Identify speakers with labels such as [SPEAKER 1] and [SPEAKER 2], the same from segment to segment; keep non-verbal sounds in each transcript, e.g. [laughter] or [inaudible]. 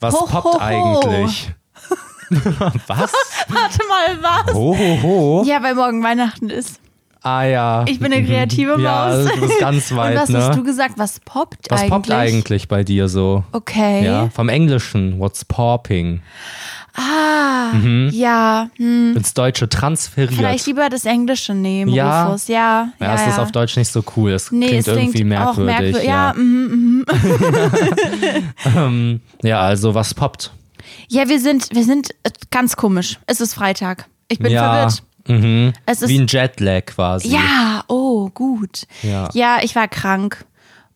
[SPEAKER 1] Was
[SPEAKER 2] Ho,
[SPEAKER 1] poppt
[SPEAKER 2] ho, ho.
[SPEAKER 1] eigentlich? [laughs] was?
[SPEAKER 2] Warte mal, was?
[SPEAKER 1] Ho, ho, ho.
[SPEAKER 2] Ja, weil morgen Weihnachten ist.
[SPEAKER 1] Ah ja.
[SPEAKER 2] Ich bin eine kreative Maus.
[SPEAKER 1] Ja, also du bist ganz weit,
[SPEAKER 2] [laughs] Und was
[SPEAKER 1] ne?
[SPEAKER 2] hast du gesagt? Was poppt
[SPEAKER 1] was
[SPEAKER 2] eigentlich? Äh?
[SPEAKER 1] poppt eigentlich bei dir so?
[SPEAKER 2] Okay.
[SPEAKER 1] Ja, vom Englischen, what's popping?
[SPEAKER 2] Ah,
[SPEAKER 1] Mhm.
[SPEAKER 2] ja. Hm.
[SPEAKER 1] Ins Deutsche transferiert.
[SPEAKER 2] Vielleicht lieber das Englische nehmen,
[SPEAKER 1] Ja.
[SPEAKER 2] Rufus. Ja,
[SPEAKER 1] ja,
[SPEAKER 2] ja,
[SPEAKER 1] es ist
[SPEAKER 2] ja.
[SPEAKER 1] auf Deutsch nicht so cool. Es
[SPEAKER 2] Nee,
[SPEAKER 1] klingt
[SPEAKER 2] es klingt
[SPEAKER 1] irgendwie merkwürdig.
[SPEAKER 2] auch merkwürdig.
[SPEAKER 1] ja.
[SPEAKER 2] Ja, mhm, mhm.
[SPEAKER 1] ja, also was poppt?
[SPEAKER 2] ja, wir sind, wir sind äh, ganz komisch. Es ist Freitag. Ich bin
[SPEAKER 1] ja.
[SPEAKER 2] verwirrt.
[SPEAKER 1] Mhm.
[SPEAKER 2] Es ist
[SPEAKER 1] Wie ein Jetlag quasi.
[SPEAKER 2] ja, oh gut.
[SPEAKER 1] Ja.
[SPEAKER 2] ich war krank.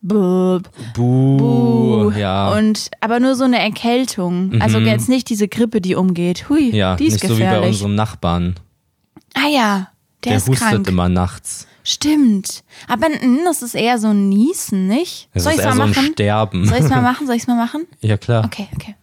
[SPEAKER 2] Blub.
[SPEAKER 1] Buh.
[SPEAKER 2] Uh,
[SPEAKER 1] Ja. Mhm.
[SPEAKER 2] Und aber nur so eine Erkältung. Also jetzt nicht diese Grippe, die umgeht. Hui,
[SPEAKER 1] ja,
[SPEAKER 2] die ist
[SPEAKER 1] nicht so wie
[SPEAKER 2] gefährlich.
[SPEAKER 1] bei unserem Nachbarn.
[SPEAKER 2] Ah ja, der,
[SPEAKER 1] Der
[SPEAKER 2] ist
[SPEAKER 1] hustet
[SPEAKER 2] krank.
[SPEAKER 1] immer nachts.
[SPEAKER 2] Stimmt. Aber mm, das ist eher so ein Niesen, nicht?
[SPEAKER 1] Es
[SPEAKER 2] Soll
[SPEAKER 1] ist
[SPEAKER 2] ich
[SPEAKER 1] eher
[SPEAKER 2] mal
[SPEAKER 1] so ein
[SPEAKER 2] machen?
[SPEAKER 1] Sterben.
[SPEAKER 2] Soll
[SPEAKER 1] [laughs]
[SPEAKER 2] ich mal machen? Soll ich mal machen?
[SPEAKER 1] ja, klar.
[SPEAKER 2] Okay,
[SPEAKER 1] [laughs]
[SPEAKER 2] okay.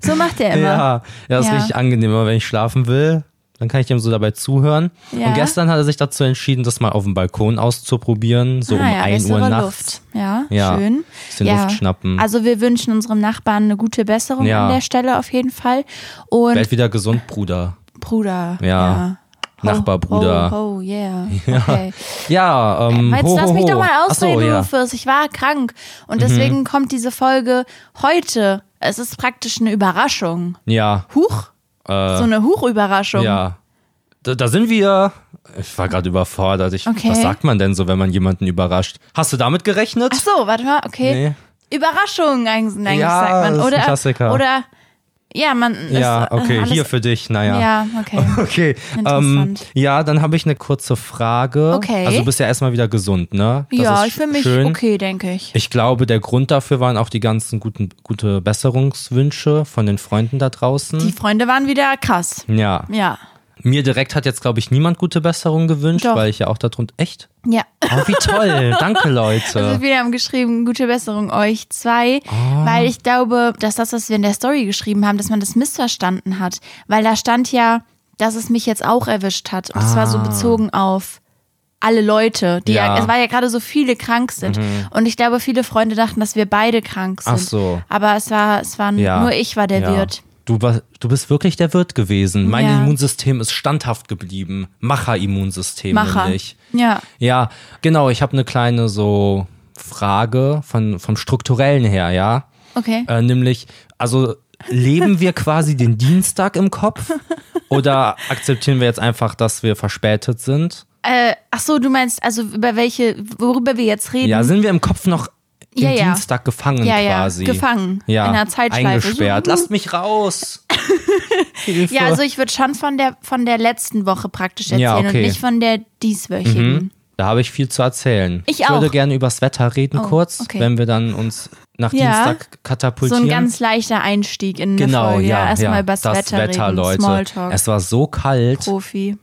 [SPEAKER 2] so macht er immer.
[SPEAKER 1] Ja, ja, das ist
[SPEAKER 2] Ja.
[SPEAKER 1] richtig angenehm, aber wenn ich schlafen will, dann kann ich ihm so dabei zuhören.
[SPEAKER 2] Ja.
[SPEAKER 1] Und gestern hat er sich dazu entschieden, das mal auf dem Balkon auszuprobieren, so
[SPEAKER 2] Ah,
[SPEAKER 1] um
[SPEAKER 2] ja,
[SPEAKER 1] 1
[SPEAKER 2] bessere
[SPEAKER 1] Uhr nachts.
[SPEAKER 2] Luft. Ja,
[SPEAKER 1] Ja,
[SPEAKER 2] schön.
[SPEAKER 1] bisschen
[SPEAKER 2] ja.
[SPEAKER 1] Luft schnappen.
[SPEAKER 2] Also wir wünschen unserem Nachbarn eine gute Besserung
[SPEAKER 1] Ja.
[SPEAKER 2] an der Stelle auf jeden Fall. Und
[SPEAKER 1] Werd wieder gesund, Bruder.
[SPEAKER 2] Bruder.
[SPEAKER 1] Ja.
[SPEAKER 2] Ho,
[SPEAKER 1] Nachbarbruder.
[SPEAKER 2] Ho, ho,
[SPEAKER 1] [laughs]
[SPEAKER 2] oh, yeah. Okay.
[SPEAKER 1] Ja, ähm,
[SPEAKER 2] Jetzt
[SPEAKER 1] ho, ho,
[SPEAKER 2] lass
[SPEAKER 1] ho.
[SPEAKER 2] mich doch mal
[SPEAKER 1] Ach so,
[SPEAKER 2] ausreden,
[SPEAKER 1] ja. Mhm.
[SPEAKER 2] Rufus. Ich war krank. Und deswegen kommt diese Folge heute. Es ist praktisch eine Überraschung.
[SPEAKER 1] Ja,
[SPEAKER 2] Huch. so eine Huch-Überraschung.
[SPEAKER 1] Ah. ja. Da, da sind wir. Ich war gerade überfordert. Ich,
[SPEAKER 2] Okay.
[SPEAKER 1] Was sagt man denn so, wenn man jemanden überrascht? Hast du damit gerechnet?
[SPEAKER 2] Ach so, warte mal, okay. Überraschung eigentlich, eigentlich
[SPEAKER 1] Ja,
[SPEAKER 2] sagt man.
[SPEAKER 1] das ist ein
[SPEAKER 2] Oder,
[SPEAKER 1] Klassiker.
[SPEAKER 2] Oder, ja, man.
[SPEAKER 1] Ja,
[SPEAKER 2] ist, äh,
[SPEAKER 1] okay,
[SPEAKER 2] alles,
[SPEAKER 1] hier für dich, naja.
[SPEAKER 2] Ja, okay.
[SPEAKER 1] Okay, ähm,
[SPEAKER 2] Interessant.
[SPEAKER 1] ja, dann habe ich eine kurze Frage.
[SPEAKER 2] Okay.
[SPEAKER 1] Also du bist ja erstmal wieder gesund, ne? [laughs] Das
[SPEAKER 2] ja,
[SPEAKER 1] ist
[SPEAKER 2] ich fühle mich
[SPEAKER 1] schön.
[SPEAKER 2] okay, denke ich.
[SPEAKER 1] Ich glaube, der Grund dafür waren auch die ganzen guten, gute Besserungswünsche von den Freunden da
[SPEAKER 2] Die
[SPEAKER 1] draußen.
[SPEAKER 2] Freunde waren wieder krass.
[SPEAKER 1] ja.
[SPEAKER 2] Ja.
[SPEAKER 1] Mir direkt hat jetzt, glaube ich, niemand gute Besserung gewünscht,
[SPEAKER 2] Doch.
[SPEAKER 1] weil ich ja auch darunter. Echt?
[SPEAKER 2] Ja.
[SPEAKER 1] Oh, wie
[SPEAKER 2] [laughs]
[SPEAKER 1] toll. Danke, Leute.
[SPEAKER 2] Also wir haben geschrieben, gute Besserung euch zwei,
[SPEAKER 1] Ah.
[SPEAKER 2] weil ich glaube, dass das, was wir in der Story geschrieben haben, dass man das missverstanden hat. Weil da stand ja, dass es mich jetzt auch erwischt hat. Und es war so bezogen auf alle Leute, die ja.
[SPEAKER 1] Ah. Ja. Mhm.
[SPEAKER 2] es war ja gerade so viele krank sind. Und ich glaube, viele Freunde dachten, dass wir beide krank sind.
[SPEAKER 1] Ach so.
[SPEAKER 2] Aber es war, es waren,
[SPEAKER 1] Ja.
[SPEAKER 2] nur ich war der
[SPEAKER 1] ja.
[SPEAKER 2] Wirt.
[SPEAKER 1] Du, war, du bist wirklich der Wirt gewesen. Mein
[SPEAKER 2] Ja.
[SPEAKER 1] Immunsystem ist standhaft geblieben. Macher-Immunsystem
[SPEAKER 2] Macher.
[SPEAKER 1] nämlich.
[SPEAKER 2] Ja.
[SPEAKER 1] Ja, genau. Ich habe eine kleine so Frage von, vom Strukturellen her, ja.
[SPEAKER 2] Okay.
[SPEAKER 1] Äh, nämlich, also leben wir quasi den Dienstag im Kopf oder akzeptieren wir jetzt einfach, dass wir verspätet sind?
[SPEAKER 2] Äh, ach so, du meinst also über welche, worüber wir jetzt reden?
[SPEAKER 1] Ja, sind wir im Kopf noch im
[SPEAKER 2] Mhm. Ja, ja.
[SPEAKER 1] Dienstag gefangen
[SPEAKER 2] Ja, ja,
[SPEAKER 1] quasi?
[SPEAKER 2] gefangen.
[SPEAKER 1] Ja,
[SPEAKER 2] In einer Zeitschleife.
[SPEAKER 1] eingesperrt. Lasst mich
[SPEAKER 2] [laughs]
[SPEAKER 1] raus! Hilfe.
[SPEAKER 2] Ja, also ich würde schon von der von der letzten Woche praktisch erzählen
[SPEAKER 1] Ja, okay. Mhm.
[SPEAKER 2] und nicht von der dieswöchigen.
[SPEAKER 1] da habe ich viel zu erzählen.
[SPEAKER 2] Ich
[SPEAKER 1] Ich würde
[SPEAKER 2] auch.
[SPEAKER 1] gerne übers Wetter reden
[SPEAKER 2] Oh,
[SPEAKER 1] kurz,
[SPEAKER 2] okay.
[SPEAKER 1] wenn wir dann uns nach
[SPEAKER 2] Ja.
[SPEAKER 1] Dienstag
[SPEAKER 2] So
[SPEAKER 1] katapultieren.
[SPEAKER 2] ein ganz leichter Einstieg in eine
[SPEAKER 1] genau,
[SPEAKER 2] Folge.
[SPEAKER 1] ja,
[SPEAKER 2] Erstmal
[SPEAKER 1] ja.
[SPEAKER 2] übers
[SPEAKER 1] das
[SPEAKER 2] Wetter, reden,
[SPEAKER 1] Leute.
[SPEAKER 2] Smalltalk,
[SPEAKER 1] Es war so kalt. [laughs]
[SPEAKER 2] Profi.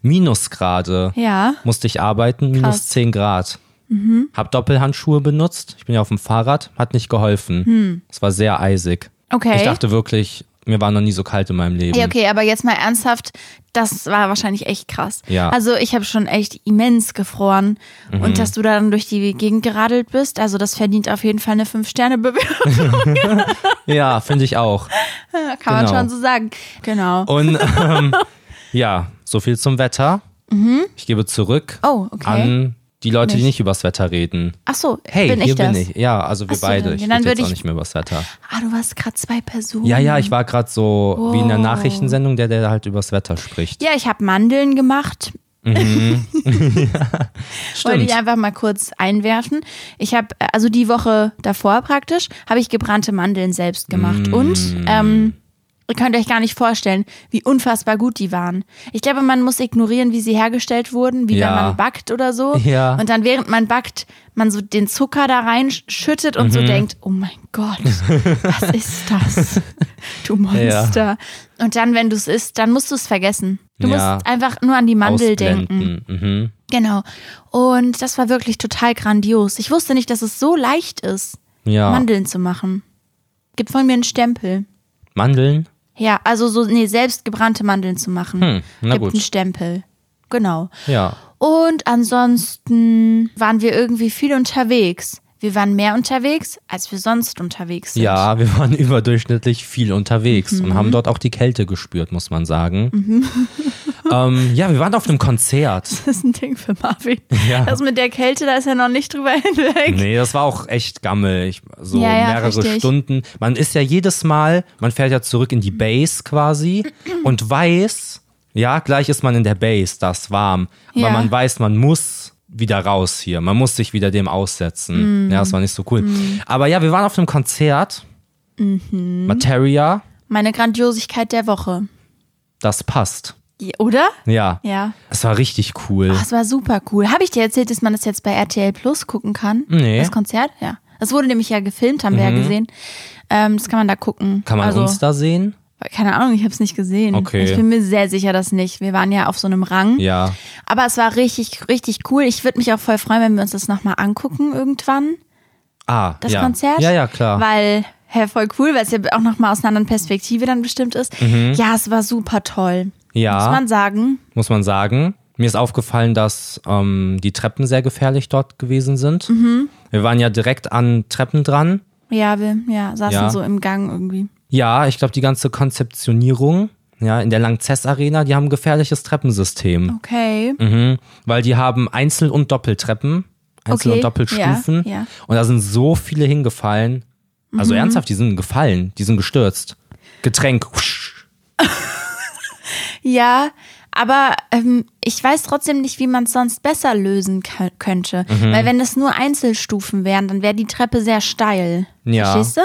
[SPEAKER 1] Minusgrade.
[SPEAKER 2] Ja.
[SPEAKER 1] Musste ich arbeiten, minus
[SPEAKER 2] Krass. Mhm.
[SPEAKER 1] 10 Grad. Hab Doppelhandschuhe benutzt. Ich bin ja auf dem Fahrrad, hat nicht geholfen. Es war sehr eisig.
[SPEAKER 2] Hm. Okay.
[SPEAKER 1] Ich dachte wirklich, mir war noch nie so kalt in meinem Leben.
[SPEAKER 2] Ja, okay, aber jetzt mal ernsthaft, das war wahrscheinlich echt krass.
[SPEAKER 1] Ja. Mhm.
[SPEAKER 2] Also ich habe schon echt immens gefroren und dass du dann durch die Gegend geradelt bist, also das verdient auf jeden Fall eine Fünf-Sterne-Bewertung, [laughs]
[SPEAKER 1] Ja, finde ich auch.
[SPEAKER 2] kann man
[SPEAKER 1] Genau.
[SPEAKER 2] schon so sagen. Genau. [laughs]
[SPEAKER 1] Und ähm, ja, so viel zum Wetter. Ich gebe zurück
[SPEAKER 2] Mhm. Oh, okay.
[SPEAKER 1] an die Leute, die
[SPEAKER 2] Nicht.
[SPEAKER 1] nicht übers Wetter reden.
[SPEAKER 2] Ach so,
[SPEAKER 1] Hey,
[SPEAKER 2] bin
[SPEAKER 1] hier
[SPEAKER 2] ich
[SPEAKER 1] bin
[SPEAKER 2] das?
[SPEAKER 1] ich. Ja, also wir
[SPEAKER 2] Ach so,
[SPEAKER 1] beide.
[SPEAKER 2] dann-
[SPEAKER 1] Ich
[SPEAKER 2] dann
[SPEAKER 1] rede
[SPEAKER 2] würd
[SPEAKER 1] jetzt auch
[SPEAKER 2] ich-
[SPEAKER 1] nicht mehr übers Wetter.
[SPEAKER 2] Ah, du warst gerade zwei Personen.
[SPEAKER 1] Ja, ja, ich war gerade so wie in der
[SPEAKER 2] Oh.
[SPEAKER 1] Nachrichtensendung, der, der halt übers Wetter spricht.
[SPEAKER 2] Ja, ich habe Mandeln gemacht. Wollte ich einfach mal kurz einwerfen. Ich habe, also die Woche davor praktisch, habe ich gebrannte Mandeln selbst gemacht.
[SPEAKER 1] Mm.
[SPEAKER 2] Und ähm, ihr könnt euch gar nicht vorstellen, wie unfassbar gut die waren. Ich glaube, man muss ignorieren, wie sie hergestellt wurden, wie
[SPEAKER 1] Ja.
[SPEAKER 2] wenn man backt oder so.
[SPEAKER 1] Ja.
[SPEAKER 2] Und dann, während man backt, man so den Zucker da reinschüttet und so
[SPEAKER 1] Mhm.
[SPEAKER 2] denkt, oh mein Gott,
[SPEAKER 1] [laughs]
[SPEAKER 2] was ist das? Du Monster. Und dann, wenn du es isst, dann musst du es vergessen. Du
[SPEAKER 1] Ja.
[SPEAKER 2] musst einfach nur an die Mandel denken.
[SPEAKER 1] Ausblenden. Mhm.
[SPEAKER 2] Genau. Und das war wirklich total grandios. Ich wusste nicht, dass es so leicht ist,
[SPEAKER 1] Ja.
[SPEAKER 2] Mandeln zu machen. Gib von mir einen Stempel.
[SPEAKER 1] Mandeln?
[SPEAKER 2] Ja, also so, nee, selbst gebrannte Mandeln zu machen.
[SPEAKER 1] Hm, na
[SPEAKER 2] Gibt
[SPEAKER 1] gut.
[SPEAKER 2] einen Stempel. Genau.
[SPEAKER 1] Ja.
[SPEAKER 2] Und ansonsten waren wir irgendwie viel unterwegs. wir waren mehr unterwegs, als wir sonst unterwegs sind.
[SPEAKER 1] Ja, wir waren [laughs] überdurchschnittlich viel unterwegs und
[SPEAKER 2] Mhm.
[SPEAKER 1] haben dort auch die Kälte gespürt, muss man sagen. Ähm, ja, wir waren auf einem
[SPEAKER 2] [laughs]
[SPEAKER 1] Konzert.
[SPEAKER 2] [laughs] Das ist ein Ding für Marvin.
[SPEAKER 1] Ja.
[SPEAKER 2] Das mit der Kälte, da ist er noch nicht drüber hinweg.
[SPEAKER 1] Nee, das war auch echt gammel. Ich, so
[SPEAKER 2] Ja, ja,
[SPEAKER 1] mehrere
[SPEAKER 2] richtig.
[SPEAKER 1] Stunden. Man ist ja jedes Mal, man fährt ja zurück in die Base
[SPEAKER 2] [clears throat]
[SPEAKER 1] quasi und weiß, ja, gleich ist man in der Base, da ist warm. Aber
[SPEAKER 2] Ja.
[SPEAKER 1] man weiß, man muss wieder raus hier. Man muss sich wieder dem aussetzen.
[SPEAKER 2] Mhm.
[SPEAKER 1] Ja, das war nicht so cool. Aber ja, wir waren auf einem Konzert.
[SPEAKER 2] Mhm.
[SPEAKER 1] Materia,
[SPEAKER 2] Meine Grandiosigkeit der Woche.
[SPEAKER 1] das passt.
[SPEAKER 2] Ja, Oder?
[SPEAKER 1] Ja.
[SPEAKER 2] Ja.
[SPEAKER 1] Es war richtig cool.
[SPEAKER 2] Das Ah, war super cool. Habe ich dir erzählt, dass man das jetzt bei RTL Plus gucken kann?
[SPEAKER 1] Nee. Mhm.
[SPEAKER 2] Das Konzert? Ja. Das wurde nämlich ja gefilmt, haben wir ja gesehen. Ähm, das kann man da gucken.
[SPEAKER 1] Kann man
[SPEAKER 2] also,
[SPEAKER 1] uns da sehen?
[SPEAKER 2] Keine Ahnung, ich habe es nicht gesehen.
[SPEAKER 1] Okay.
[SPEAKER 2] Ich bin mir sehr sicher, dass nicht. Wir waren ja auf so einem Rang.
[SPEAKER 1] Ja.
[SPEAKER 2] Aber es war richtig, richtig cool. Ich würde mich auch voll freuen, wenn wir uns das nochmal angucken irgendwann.
[SPEAKER 1] Ah,
[SPEAKER 2] das
[SPEAKER 1] ja.
[SPEAKER 2] Konzert.
[SPEAKER 1] Ja, ja, klar.
[SPEAKER 2] Weil, hä, voll cool, weil es ja auch nochmal aus einer anderen Perspektive dann bestimmt ist. Ja, es war super toll.
[SPEAKER 1] Mhm. Ja.
[SPEAKER 2] Muss man sagen.
[SPEAKER 1] muss man sagen. Mir ist aufgefallen, dass ähm, die Treppen sehr gefährlich dort gewesen sind.
[SPEAKER 2] Mhm.
[SPEAKER 1] Wir waren ja direkt an Treppen dran.
[SPEAKER 2] Ja, wir ja, saßen
[SPEAKER 1] Ja.
[SPEAKER 2] so im Gang irgendwie.
[SPEAKER 1] Ja, ich glaube, die ganze Konzeptionierung ja, in der Lanxess Arena, die haben ein gefährliches
[SPEAKER 2] Oh.
[SPEAKER 1] Treppensystem.
[SPEAKER 2] Okay.
[SPEAKER 1] Mhm. Weil die haben Einzel- und Doppeltreppen, Einzel-
[SPEAKER 2] Okay,
[SPEAKER 1] und Doppelstufen.
[SPEAKER 2] ja, ja. Mhm.
[SPEAKER 1] Und da sind so viele hingefallen. Also ernsthaft, die sind gefallen, die sind gestürzt. Getränk. husch.
[SPEAKER 2] Ja, aber ähm, ich weiß trotzdem nicht, wie man es sonst besser lösen kö- könnte.
[SPEAKER 1] Mhm.
[SPEAKER 2] Weil wenn es nur Einzelstufen wären, dann wäre die Treppe sehr steil.
[SPEAKER 1] Ja.
[SPEAKER 2] Verstehst du?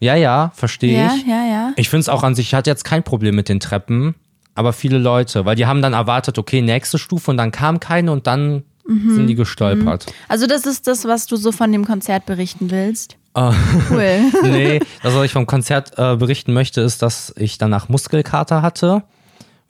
[SPEAKER 1] Ja, ja, verstehe
[SPEAKER 2] Ja,
[SPEAKER 1] ich.
[SPEAKER 2] ja, ja.
[SPEAKER 1] Ich finde es auch an sich, ich hatte jetzt kein Problem mit den Treppen, aber viele Leute, weil die haben dann erwartet, okay, nächste Stufe und dann kam keine und dann
[SPEAKER 2] Mhm.
[SPEAKER 1] sind die gestolpert.
[SPEAKER 2] [laughs] Also das ist das, was du so von dem Konzert berichten willst.
[SPEAKER 1] Ah.
[SPEAKER 2] Cool.
[SPEAKER 1] [laughs] Nee, das, was ich vom Konzert äh, berichten möchte, ist, dass ich danach Muskelkater hatte,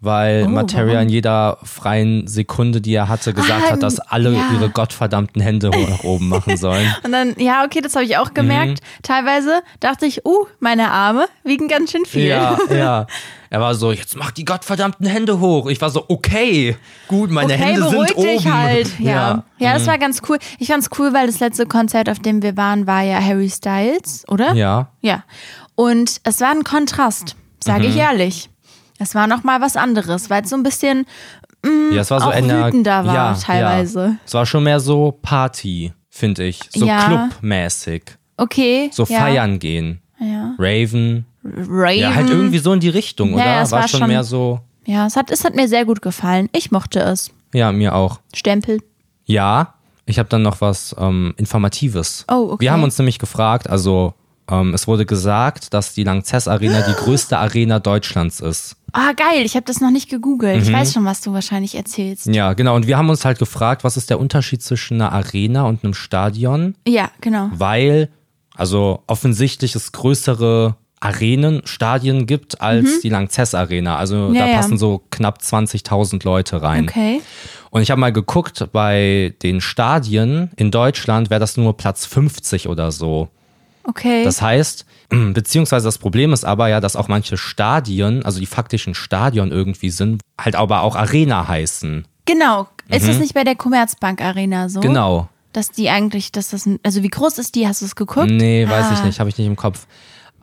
[SPEAKER 1] weil
[SPEAKER 2] Oh,
[SPEAKER 1] Materia
[SPEAKER 2] warum?
[SPEAKER 1] in jeder freien Sekunde, die er hatte, gesagt
[SPEAKER 2] Ah,
[SPEAKER 1] hat, dass alle
[SPEAKER 2] ja.
[SPEAKER 1] ihre gottverdammten Hände hoch nach oben
[SPEAKER 2] [laughs]
[SPEAKER 1] machen sollen.
[SPEAKER 2] Und dann, ja, okay, das habe ich auch gemerkt.
[SPEAKER 1] Mhm.
[SPEAKER 2] Teilweise dachte ich, uh, meine Arme wiegen ganz schön viel. [laughs]
[SPEAKER 1] Ja, ja. Er war so, jetzt mach die gottverdammten Hände hoch. Ich war so, okay, gut, meine
[SPEAKER 2] Okay,
[SPEAKER 1] Hände
[SPEAKER 2] beruhig
[SPEAKER 1] sind oben. Mhm.
[SPEAKER 2] dich halt. Ja, ja, das war ganz cool. Ich fand's cool, weil das letzte Konzert, auf dem wir waren, war ja Harry Styles, oder?
[SPEAKER 1] ja. ja.
[SPEAKER 2] Ja. Und es war ein Kontrast, sage
[SPEAKER 1] Mhm.
[SPEAKER 2] ich ehrlich. Es war noch mal was anderes, weil es so ein bisschen
[SPEAKER 1] Ja, es war so
[SPEAKER 2] auch
[SPEAKER 1] ener-
[SPEAKER 2] wütender war
[SPEAKER 1] ja, Ja.
[SPEAKER 2] teilweise.
[SPEAKER 1] Es war schon mehr so Party, finde ich. So
[SPEAKER 2] Ja.
[SPEAKER 1] clubmäßig.
[SPEAKER 2] okay,
[SPEAKER 1] So
[SPEAKER 2] ja,
[SPEAKER 1] feiern gehen.
[SPEAKER 2] Ja.
[SPEAKER 1] Raven.
[SPEAKER 2] Raven.
[SPEAKER 1] Ja, halt irgendwie so in die Richtung, oder?
[SPEAKER 2] Mhm. ja, es
[SPEAKER 1] war,
[SPEAKER 2] war
[SPEAKER 1] schon
[SPEAKER 2] schon-
[SPEAKER 1] mehr so.
[SPEAKER 2] ja es, hat, es hat mir sehr gut gefallen. Ich mochte es.
[SPEAKER 1] Ja, mir auch.
[SPEAKER 2] Stempel.
[SPEAKER 1] Ja, ich habe dann noch was ähm, Informatives.
[SPEAKER 2] Oh, okay.
[SPEAKER 1] Wir haben uns nämlich gefragt, also ähm, es wurde gesagt, dass die Lanxess Arena
[SPEAKER 2] [gasps]
[SPEAKER 1] die größte Arena Deutschlands ist.
[SPEAKER 2] Ah, geil, ich habe das noch nicht gegoogelt.
[SPEAKER 1] Mhm.
[SPEAKER 2] Ich weiß schon, was du wahrscheinlich erzählst.
[SPEAKER 1] Ja, genau. Und wir haben uns halt gefragt, was ist der Unterschied zwischen einer Arena und einem Stadion?
[SPEAKER 2] Ja, genau.
[SPEAKER 1] Mhm. weil also offensichtlich es größere Arenen, Stadien gibt als die Lanxess Arena. Also
[SPEAKER 2] Mhm. Ja,
[SPEAKER 1] da
[SPEAKER 2] ja.
[SPEAKER 1] passen so knapp 20.000 Leute rein.
[SPEAKER 2] Okay.
[SPEAKER 1] Und ich habe mal geguckt, bei den Stadien in Deutschland wäre das nur Platz 50 oder so.
[SPEAKER 2] Okay.
[SPEAKER 1] Das heißt, [clears throat] beziehungsweise das Problem ist aber ja, dass auch manche Stadien, also die faktischen Stadion irgendwie sind, halt aber auch Arena heißen.
[SPEAKER 2] genau. Ist das nicht bei der Commerzbank Arena so?
[SPEAKER 1] Mhm. Genau.
[SPEAKER 2] Dass die eigentlich, dass das, ein- also wie groß ist die? Hast du es geguckt?
[SPEAKER 1] Nee, weiß
[SPEAKER 2] Ah.
[SPEAKER 1] ich nicht, habe ich nicht im Kopf.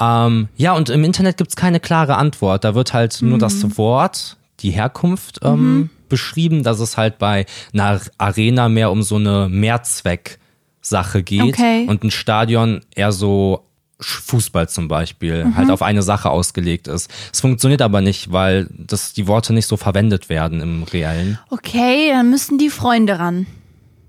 [SPEAKER 1] Ähm, ja, und im Internet gibt's keine klare Antwort. Da wird halt nur
[SPEAKER 2] Mhm.
[SPEAKER 1] das Wort, die Herkunft ähm, beschrieben, dass es halt bei einer Arena mehr um so eine Mehrzweck-Sache geht
[SPEAKER 2] Okay.
[SPEAKER 1] und ein Stadion eher so Sch- Fußball zum Beispiel
[SPEAKER 2] Mhm.
[SPEAKER 1] halt auf eine Sache ausgelegt ist. Es funktioniert aber nicht, weil das, die Worte nicht so verwendet werden im Reellen.
[SPEAKER 2] Okay, dann müssen die Freunde ran.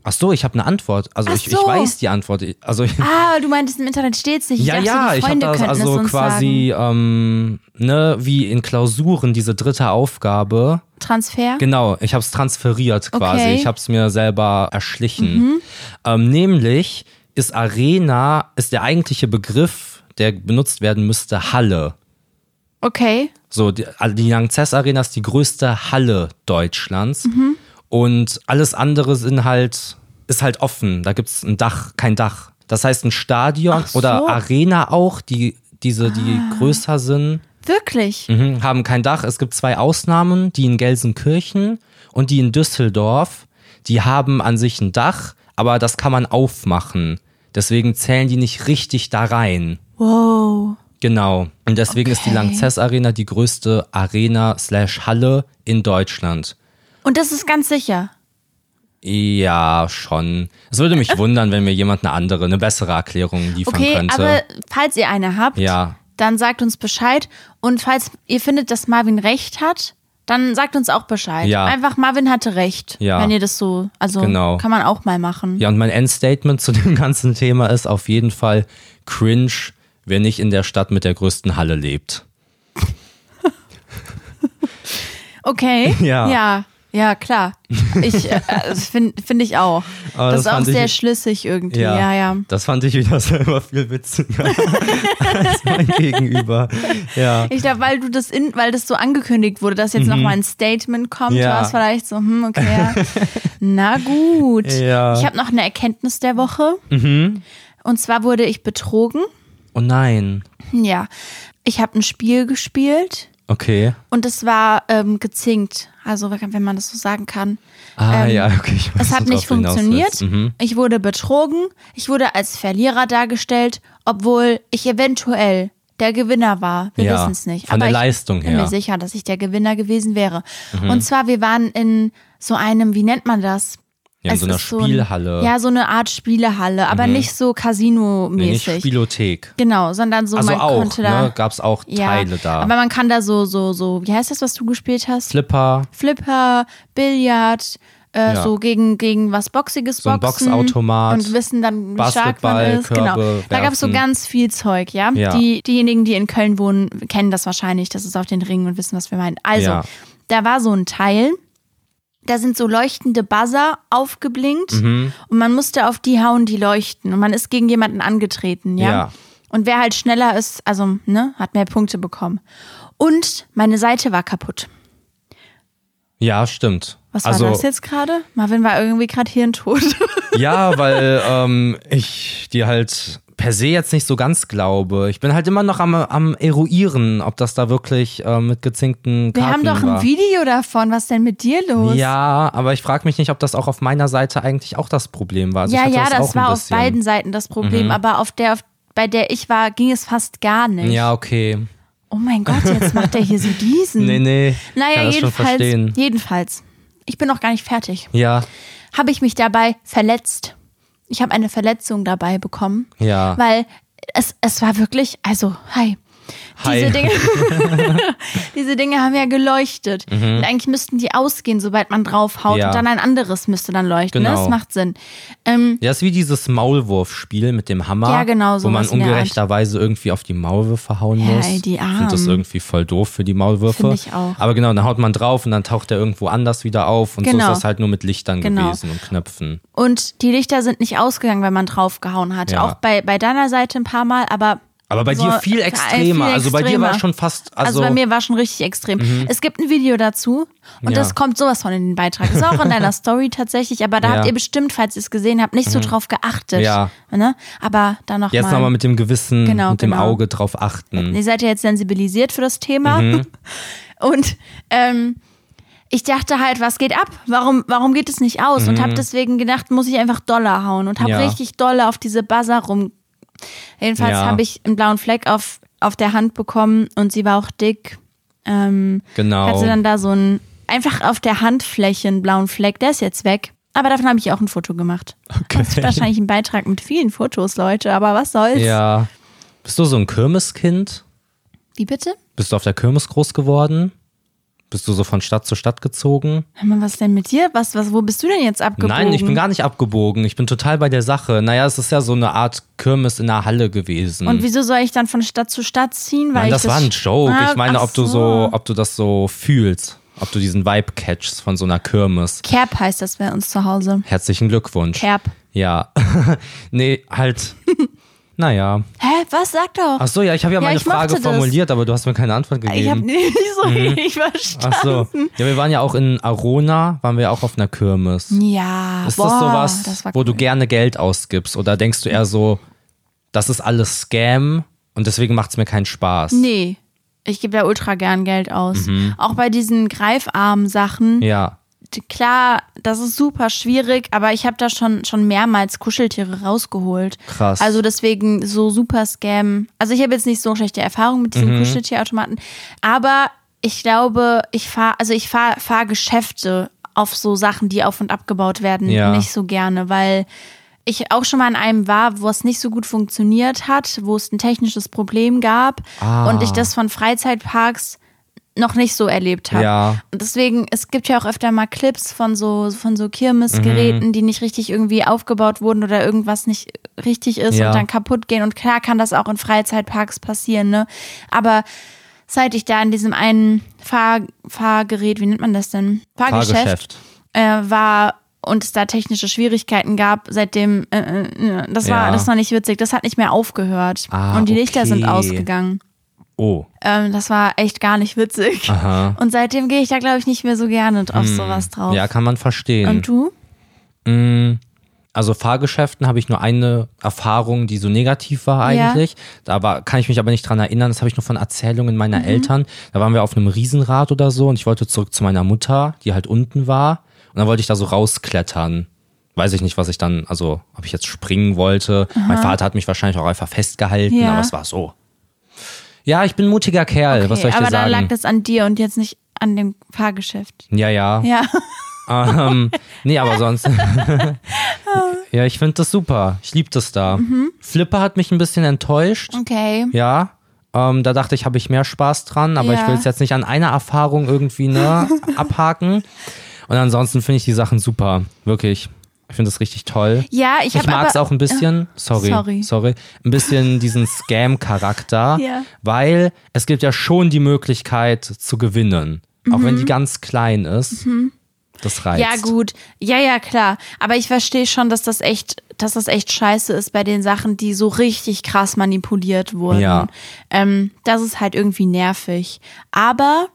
[SPEAKER 1] Ach so, ich habe eine Antwort. Also
[SPEAKER 2] Ach
[SPEAKER 1] ich, ich
[SPEAKER 2] so.
[SPEAKER 1] weiß die Antwort. Ich- Also ich,
[SPEAKER 2] Ah, du meintest, im Internet steht's nicht. Ich
[SPEAKER 1] Ja,
[SPEAKER 2] dachte,
[SPEAKER 1] ja,
[SPEAKER 2] die
[SPEAKER 1] ich habe
[SPEAKER 2] Freunde
[SPEAKER 1] das
[SPEAKER 2] könnten es
[SPEAKER 1] also
[SPEAKER 2] uns sagen.
[SPEAKER 1] quasi, ähm, ne, wie in Klausuren, diese dritte Aufgabe.
[SPEAKER 2] Transfer?
[SPEAKER 1] Genau, ich habe es transferiert quasi.
[SPEAKER 2] Okay. Mhm.
[SPEAKER 1] Ich habe es mir selber erschlichen. Ähm, nämlich ist Arena, ist der eigentliche Begriff, der benutzt werden müsste, Halle.
[SPEAKER 2] Okay.
[SPEAKER 1] So, die, also die Lanxess Arena ist die größte Halle Deutschlands. Und alles andere sind halt, ist halt offen. Da gibt's ein Dach, kein Dach. Das heißt, ein Stadion
[SPEAKER 2] Ach
[SPEAKER 1] oder
[SPEAKER 2] so. Ah.
[SPEAKER 1] Arena auch, die, diese, die größer sind,
[SPEAKER 2] Wirklich?
[SPEAKER 1] mhm, haben kein Dach. Es gibt zwei Ausnahmen, die in Gelsenkirchen und die in Düsseldorf. Die haben an sich ein Dach, aber das kann man aufmachen. Deswegen zählen die nicht richtig da rein.
[SPEAKER 2] Wow.
[SPEAKER 1] Genau. Und deswegen ist die
[SPEAKER 2] Okay.
[SPEAKER 1] Lanxess Arena die größte Arena slash Halle in Deutschland.
[SPEAKER 2] Und das ist ganz sicher.
[SPEAKER 1] Ja, schon. Es würde
[SPEAKER 2] [laughs]
[SPEAKER 1] mich wundern, wenn mir jemand eine andere, eine bessere Erklärung liefern
[SPEAKER 2] Okay,
[SPEAKER 1] könnte.
[SPEAKER 2] aber falls ihr eine habt,
[SPEAKER 1] Ja.
[SPEAKER 2] dann sagt uns Bescheid. Und falls ihr findet, dass Marvin recht hat, dann sagt uns auch Bescheid.
[SPEAKER 1] Ja.
[SPEAKER 2] Einfach Marvin hatte recht.
[SPEAKER 1] Ja.
[SPEAKER 2] Wenn ihr das so, also
[SPEAKER 1] Genau.
[SPEAKER 2] kann man auch mal machen.
[SPEAKER 1] ja, und mein Endstatement zu dem [laughs] ganzen Thema ist auf jeden Fall cringe, wer nicht in der Stadt mit der größten Halle lebt.
[SPEAKER 2] Okay.
[SPEAKER 1] [laughs] Ja.
[SPEAKER 2] Ja, ja klar.
[SPEAKER 1] [laughs]
[SPEAKER 2] Ich äh, finde find ich auch.
[SPEAKER 1] Aber Oh,
[SPEAKER 2] das,
[SPEAKER 1] das
[SPEAKER 2] ist auch
[SPEAKER 1] fand ich-
[SPEAKER 2] sehr schlüssig irgendwie. ja. ja.
[SPEAKER 1] Das fand ich wieder [laughs] selber viel witziger als mein Gegenüber. Ja.
[SPEAKER 2] Ich glaube, weil du das in, weil das so angekündigt wurde, dass jetzt nochmal ein Statement kommt,
[SPEAKER 1] Mhm. Ja.
[SPEAKER 2] war es vielleicht so, hm, okay. Ja.
[SPEAKER 1] [laughs]
[SPEAKER 2] Na gut.
[SPEAKER 1] Ja. Mhm.
[SPEAKER 2] Ich habe noch eine Erkenntnis der Woche. Und zwar wurde ich betrogen.
[SPEAKER 1] Oh nein.
[SPEAKER 2] Ja. Ich habe ein Spiel gespielt
[SPEAKER 1] Okay.
[SPEAKER 2] und es war ähm, gezinkt. Also wenn man das so sagen kann.
[SPEAKER 1] Ah
[SPEAKER 2] Ähm,
[SPEAKER 1] ja, okay. Ich weiß,
[SPEAKER 2] Es hat
[SPEAKER 1] worauf
[SPEAKER 2] nicht
[SPEAKER 1] du hinaus
[SPEAKER 2] funktioniert.
[SPEAKER 1] willst. Mhm.
[SPEAKER 2] Ich wurde betrogen. Ich wurde als Verlierer dargestellt, obwohl ich eventuell der Gewinner war. Wir
[SPEAKER 1] Ja,
[SPEAKER 2] wissen es nicht.
[SPEAKER 1] von
[SPEAKER 2] Aber
[SPEAKER 1] der
[SPEAKER 2] ich
[SPEAKER 1] Leistung
[SPEAKER 2] bin
[SPEAKER 1] her. Mhm.
[SPEAKER 2] mir sicher, dass ich der Gewinner gewesen wäre. Und zwar, wir waren in so einem, wie nennt man das?
[SPEAKER 1] Ja, in so einer
[SPEAKER 2] ist
[SPEAKER 1] Spielhalle. Mhm.
[SPEAKER 2] ein, ja, so eine Art Spielehalle, aber nicht so
[SPEAKER 1] Nee, nicht
[SPEAKER 2] Casino-mäßig.
[SPEAKER 1] Spielothek.
[SPEAKER 2] genau, sondern so,
[SPEAKER 1] Also
[SPEAKER 2] man
[SPEAKER 1] auch,
[SPEAKER 2] konnte da.
[SPEAKER 1] ne? Gab es auch
[SPEAKER 2] ja,
[SPEAKER 1] Teile da.
[SPEAKER 2] Aber man kann da so, so, so, wie heißt das, was du gespielt hast?
[SPEAKER 1] Flipper,
[SPEAKER 2] Flipper, Billard, äh,
[SPEAKER 1] Ja.
[SPEAKER 2] so gegen, gegen was Boxiges
[SPEAKER 1] So ein
[SPEAKER 2] Boxen.
[SPEAKER 1] Boxautomat,
[SPEAKER 2] Und wissen dann, wie stark man
[SPEAKER 1] Basketball,
[SPEAKER 2] ist. Genau.
[SPEAKER 1] Körbe
[SPEAKER 2] Da gab es so
[SPEAKER 1] werfen.
[SPEAKER 2] ganz viel Zeug, ja.
[SPEAKER 1] Ja.
[SPEAKER 2] Die, diejenigen, die in Köln wohnen, kennen das wahrscheinlich. Das ist auf den Ringen und wissen, was wir meinen. Also,
[SPEAKER 1] Ja.
[SPEAKER 2] da war so ein Teil. Da sind so leuchtende Buzzer aufgeblinkt
[SPEAKER 1] Mhm.
[SPEAKER 2] und man musste auf die hauen, die leuchten. Und man ist gegen jemanden angetreten, ja.
[SPEAKER 1] Ja.
[SPEAKER 2] Und wer halt schneller ist, also, ne, hat mehr Punkte bekommen. Und meine Seite war kaputt.
[SPEAKER 1] Ja, stimmt.
[SPEAKER 2] Was
[SPEAKER 1] also,
[SPEAKER 2] war das jetzt gerade? Marvin war irgendwie gerade hirntot. [laughs]
[SPEAKER 1] Ja, weil ähm, ich dir halt per se jetzt nicht so ganz glaube. Ich bin halt immer noch am, am Eruieren, ob das da wirklich ähm, mit gezinkten
[SPEAKER 2] Wir
[SPEAKER 1] Karten
[SPEAKER 2] haben doch ein
[SPEAKER 1] war.
[SPEAKER 2] Video davon. Was ist denn mit dir los?
[SPEAKER 1] Ja, aber ich frage mich nicht, ob das auch auf meiner Seite eigentlich auch das Problem war. Also ich
[SPEAKER 2] ja,
[SPEAKER 1] hatte
[SPEAKER 2] ja,
[SPEAKER 1] das,
[SPEAKER 2] das
[SPEAKER 1] auch
[SPEAKER 2] war
[SPEAKER 1] ein
[SPEAKER 2] auf
[SPEAKER 1] bisschen. Mhm.
[SPEAKER 2] beiden Seiten das Problem. Aber auf der, auf, bei der ich war, ging es fast gar nicht.
[SPEAKER 1] Ja, okay.
[SPEAKER 2] Oh mein Gott, jetzt macht er
[SPEAKER 1] [laughs]
[SPEAKER 2] hier so diesen.
[SPEAKER 1] Nee, nee. ich
[SPEAKER 2] Naja,
[SPEAKER 1] kann das schon
[SPEAKER 2] jedenfalls,
[SPEAKER 1] verstehen.
[SPEAKER 2] jedenfalls. Ich bin noch gar nicht fertig.
[SPEAKER 1] Ja,
[SPEAKER 2] Habe ich mich dabei verletzt. Ich habe eine Verletzung dabei bekommen.
[SPEAKER 1] ja.
[SPEAKER 2] Weil es, es war wirklich, also, hi.
[SPEAKER 1] Hi.
[SPEAKER 2] Diese Dinge,
[SPEAKER 1] [laughs]
[SPEAKER 2] [laughs] diese Dinge haben ja geleuchtet. Und eigentlich müssten die ausgehen, sobald man draufhaut.
[SPEAKER 1] Mhm. Ja.
[SPEAKER 2] Und dann ein anderes müsste dann leuchten. Ne?
[SPEAKER 1] Genau.
[SPEAKER 2] Das macht Sinn. Ähm,
[SPEAKER 1] Ja, ist wie dieses Maulwurfspiel mit dem Hammer,
[SPEAKER 2] Ja, genau,
[SPEAKER 1] wo man
[SPEAKER 2] sowas in der Art.
[SPEAKER 1] ungerechterweise irgendwie auf die Maulwürfe hauen
[SPEAKER 2] Ja,
[SPEAKER 1] muss.
[SPEAKER 2] ey, die
[SPEAKER 1] Ich Find das
[SPEAKER 2] Armen.
[SPEAKER 1] irgendwie voll doof für die Maulwürfe.
[SPEAKER 2] Find ich auch.
[SPEAKER 1] Aber genau, dann haut man drauf und dann taucht er irgendwo anders wieder auf und so
[SPEAKER 2] Genau.
[SPEAKER 1] ist das halt nur mit Lichtern
[SPEAKER 2] Genau.
[SPEAKER 1] gewesen und Knöpfen.
[SPEAKER 2] und die Lichter sind nicht ausgegangen, wenn man draufgehauen hat.
[SPEAKER 1] Ja.
[SPEAKER 2] Auch bei, bei deiner Seite ein paar Mal, aber.
[SPEAKER 1] Aber bei
[SPEAKER 2] so-
[SPEAKER 1] dir viel
[SPEAKER 2] äh,
[SPEAKER 1] extremer. Also bei dir
[SPEAKER 2] extremer.
[SPEAKER 1] war schon fast, also, Mhm.
[SPEAKER 2] Also, bei mir war schon richtig extrem. Es gibt ein Video dazu und
[SPEAKER 1] Ja.
[SPEAKER 2] das kommt sowas von in den Beitrag. Ist auch
[SPEAKER 1] [laughs]
[SPEAKER 2] in deiner Story tatsächlich, aber da
[SPEAKER 1] Ja. Mhm.
[SPEAKER 2] habt ihr bestimmt, falls ihr es gesehen habt, nicht so drauf geachtet.
[SPEAKER 1] Ja.
[SPEAKER 2] Ne? Aber da noch
[SPEAKER 1] jetzt
[SPEAKER 2] mal.
[SPEAKER 1] nochmal mit dem Gewissen,
[SPEAKER 2] Genau,
[SPEAKER 1] mit dem
[SPEAKER 2] genau.
[SPEAKER 1] Auge drauf achten.
[SPEAKER 2] Ihr seid ja jetzt sensibilisiert für das Thema.
[SPEAKER 1] Mhm.
[SPEAKER 2] [laughs] Und ähm, ich dachte halt, was geht ab? Warum, warum geht es nicht aus? Und habe deswegen gedacht, muss ich einfach Dollar hauen und habe
[SPEAKER 1] Mhm. Ja.
[SPEAKER 2] richtig Dollar auf diese Buzzer rum. Jedenfalls
[SPEAKER 1] Ja.
[SPEAKER 2] habe ich einen blauen Fleck auf, auf der Hand bekommen und sie war auch dick. Ähm,
[SPEAKER 1] Genau. [laughs]
[SPEAKER 2] Hatte dann da so einen, einfach auf der Handfläche einen blauen Fleck, der ist jetzt weg. Aber davon habe ich auch ein Foto gemacht.
[SPEAKER 1] Okay.
[SPEAKER 2] Das ist wahrscheinlich ein Beitrag mit vielen Fotos, Leute, aber was soll's?
[SPEAKER 1] Ja. Bist du so ein Kirmeskind?
[SPEAKER 2] Wie bitte?
[SPEAKER 1] Bist du auf der Kirmes groß geworden? Bist du so von Stadt zu Stadt gezogen?
[SPEAKER 2] Hör mal, was denn mit dir? Was, was, wo bist du denn jetzt abgebogen?
[SPEAKER 1] Nein, ich bin gar nicht abgebogen. Ich bin total bei der Sache. Naja, es ist ja so eine Art Kirmes in der Halle gewesen.
[SPEAKER 2] Und wieso soll ich dann von Stadt zu Stadt ziehen? Weil
[SPEAKER 1] Nein,
[SPEAKER 2] ich
[SPEAKER 1] das, war ein Joke.
[SPEAKER 2] Ah,
[SPEAKER 1] ich meine,
[SPEAKER 2] ach
[SPEAKER 1] ob du so, ob du das so fühlst, ob du diesen Vibe catchst von so einer Kirmes.
[SPEAKER 2] Kerb heißt das bei uns zu Hause.
[SPEAKER 1] Herzlichen Glückwunsch.
[SPEAKER 2] Kerb.
[SPEAKER 1] Ja. [laughs] nee,
[SPEAKER 2] [laughs]
[SPEAKER 1] halt. naja.
[SPEAKER 2] Hä? Was? Sag doch.
[SPEAKER 1] Ach so, ja, ich habe ja, meine
[SPEAKER 2] ich mochte
[SPEAKER 1] Frage
[SPEAKER 2] das.
[SPEAKER 1] formuliert, aber du hast mir keine Antwort gegeben.
[SPEAKER 2] ich habe [laughs] nicht so richtig verstanden.
[SPEAKER 1] Mhm. Ach so. Ja, wir waren ja auch in Arona, waren wir auch auf einer Kirmes.
[SPEAKER 2] Ja,
[SPEAKER 1] Ist
[SPEAKER 2] boah,
[SPEAKER 1] das sowas,
[SPEAKER 2] das war
[SPEAKER 1] wo du gerne Geld ausgibst? Oder denkst du eher so, das ist alles Scam und deswegen macht es mir keinen Spaß?
[SPEAKER 2] Nee, ich gebe ja ultra gern Geld aus. Auch bei diesen Greifarm-Sachen,
[SPEAKER 1] Ja,
[SPEAKER 2] klar, das ist super schwierig, aber ich habe da schon, schon mehrmals Kuscheltiere rausgeholt.
[SPEAKER 1] Krass.
[SPEAKER 2] Also deswegen so super Scam. Also ich habe jetzt nicht so schlechte Erfahrungen mit
[SPEAKER 1] Mhm.
[SPEAKER 2] diesen Kuscheltierautomaten, aber ich glaube, ich fahre, also ich fahre fahr Geschäfte auf so Sachen, die auf und abgebaut werden,
[SPEAKER 1] Ja.
[SPEAKER 2] nicht so gerne, weil ich auch schon mal in einem war, wo es nicht so gut funktioniert hat, wo es ein technisches Problem gab
[SPEAKER 1] Ah.
[SPEAKER 2] und ich das von Freizeitparks noch nicht so erlebt habe.
[SPEAKER 1] Ja.
[SPEAKER 2] Und deswegen, es gibt ja auch öfter mal Clips von so, von so Kirmesgeräten,
[SPEAKER 1] Mhm.
[SPEAKER 2] die nicht richtig irgendwie aufgebaut wurden oder irgendwas nicht richtig ist
[SPEAKER 1] Ja.
[SPEAKER 2] und dann kaputt gehen. Und klar kann das auch in Freizeitparks passieren, ne? Aber seit ich da in diesem einen Fahr Fahrgerät, wie nennt man das denn?
[SPEAKER 1] Fahrgeschäft.
[SPEAKER 2] äh, war und es da technische Schwierigkeiten gab, seitdem äh, äh, äh, das war
[SPEAKER 1] Ja.
[SPEAKER 2] das war nicht witzig, das hat nicht mehr aufgehört
[SPEAKER 1] Ah,
[SPEAKER 2] und die Lichter sind
[SPEAKER 1] okay.
[SPEAKER 2] ausgegangen.
[SPEAKER 1] Oh.
[SPEAKER 2] Ähm, das war echt gar nicht witzig.
[SPEAKER 1] Aha. Hm.
[SPEAKER 2] Und seitdem gehe ich da glaube ich nicht mehr so gerne auf sowas drauf.
[SPEAKER 1] Ja, hm. kann man verstehen.
[SPEAKER 2] und du?
[SPEAKER 1] also Fahrgeschäften habe ich nur eine Erfahrung, die so negativ war
[SPEAKER 2] Ja.
[SPEAKER 1] eigentlich. Da war, kann ich mich aber nicht dran erinnern. Das habe ich nur von Erzählungen meiner
[SPEAKER 2] Mhm.
[SPEAKER 1] Eltern. Da waren wir auf einem Riesenrad oder so und ich wollte zurück zu meiner Mutter, die halt unten war. Und dann wollte ich da so rausklettern. Weiß ich nicht, was ich dann, also ob ich jetzt springen wollte. Mein Vater hat mich wahrscheinlich auch einfach festgehalten,
[SPEAKER 2] Ja.
[SPEAKER 1] aber es war so. Ja, ich bin ein mutiger Kerl, was soll ich
[SPEAKER 2] aber
[SPEAKER 1] dir
[SPEAKER 2] dann lag
[SPEAKER 1] sagen?
[SPEAKER 2] das an dir und jetzt nicht an dem Fahrgeschäft.
[SPEAKER 1] Ja, ja. [laughs]
[SPEAKER 2] Ja,
[SPEAKER 1] Ähm, nee, aber
[SPEAKER 2] [laughs]
[SPEAKER 1] sonst. ja, ich finde das super. Ich liebe das da.
[SPEAKER 2] Mhm.
[SPEAKER 1] Flipper hat mich ein bisschen enttäuscht.
[SPEAKER 2] okay.
[SPEAKER 1] Ja. Ähm, da dachte ich, habe ich mehr Spaß dran, aber ich
[SPEAKER 2] Ja.
[SPEAKER 1] will es jetzt nicht an einer Erfahrung irgendwie
[SPEAKER 2] [laughs]
[SPEAKER 1] ne, abhaken. Und ansonsten finde ich die Sachen super. Wirklich. Ich finde das richtig toll.
[SPEAKER 2] Ja, ich
[SPEAKER 1] Ich
[SPEAKER 2] habe
[SPEAKER 1] mag es
[SPEAKER 2] aber Ah,
[SPEAKER 1] auch ein bisschen, sorry, sorry,
[SPEAKER 2] sorry.
[SPEAKER 1] ein bisschen
[SPEAKER 2] [laughs]
[SPEAKER 1] diesen Scam-Charakter,
[SPEAKER 2] Ja.
[SPEAKER 1] weil es gibt ja schon die Möglichkeit zu gewinnen, auch wenn die ganz klein ist. Das reizt.
[SPEAKER 2] Mhm. Ja, gut. Ja, ja, klar. Aber ich verstehe schon, dass das echt, dass das echt scheiße ist bei den Sachen, die so richtig krass manipuliert wurden.
[SPEAKER 1] Ja.
[SPEAKER 2] Ähm, das ist halt irgendwie nervig. Aber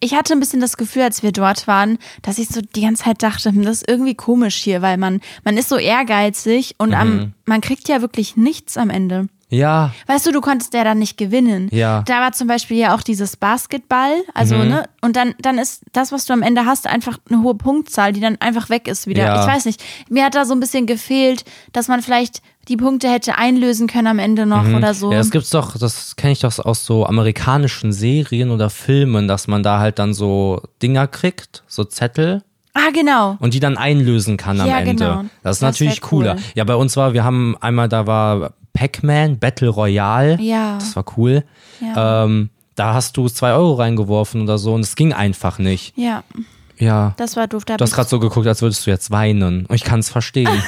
[SPEAKER 2] ich hatte ein bisschen das Gefühl, als wir dort waren, dass ich so die ganze Zeit dachte, hm, das ist irgendwie komisch hier, weil man, man ist so ehrgeizig und
[SPEAKER 1] Mhm.
[SPEAKER 2] am, man kriegt ja wirklich nichts am Ende.
[SPEAKER 1] Ja,
[SPEAKER 2] Weißt du, du konntest ja dann nicht gewinnen.
[SPEAKER 1] Ja. Mhm.
[SPEAKER 2] Da war zum Beispiel ja auch dieses Basketball, also ne, und dann, dann ist das, was du am Ende hast, einfach eine hohe Punktzahl, die dann einfach weg ist wieder.
[SPEAKER 1] Ja.
[SPEAKER 2] Ich weiß nicht. Mir hat da so ein bisschen gefehlt, dass man vielleicht die Punkte hätte einlösen können am Ende noch oder so.
[SPEAKER 1] Mhm. Ja, das gibt's doch, das kenne ich doch aus so amerikanischen Serien oder Filmen, dass man da halt dann so Dinger kriegt, so Zettel
[SPEAKER 2] ah, genau.
[SPEAKER 1] und die dann einlösen kann am
[SPEAKER 2] Ja,
[SPEAKER 1] Ende.
[SPEAKER 2] genau.
[SPEAKER 1] Das ist
[SPEAKER 2] Das
[SPEAKER 1] natürlich
[SPEAKER 2] wär
[SPEAKER 1] cooler.
[SPEAKER 2] cool.
[SPEAKER 1] Ja, bei uns war, wir haben einmal, da war Pac-Man, Battle Royale.
[SPEAKER 2] Ja.
[SPEAKER 1] Das war cool.
[SPEAKER 2] Ja.
[SPEAKER 1] Ähm, da hast du zwei Euro reingeworfen oder so und es ging einfach nicht.
[SPEAKER 2] Ja,
[SPEAKER 1] Ja.
[SPEAKER 2] das war doof. Da
[SPEAKER 1] Du hast gerade so geguckt, als würdest du jetzt weinen. Und ich kann es verstehen.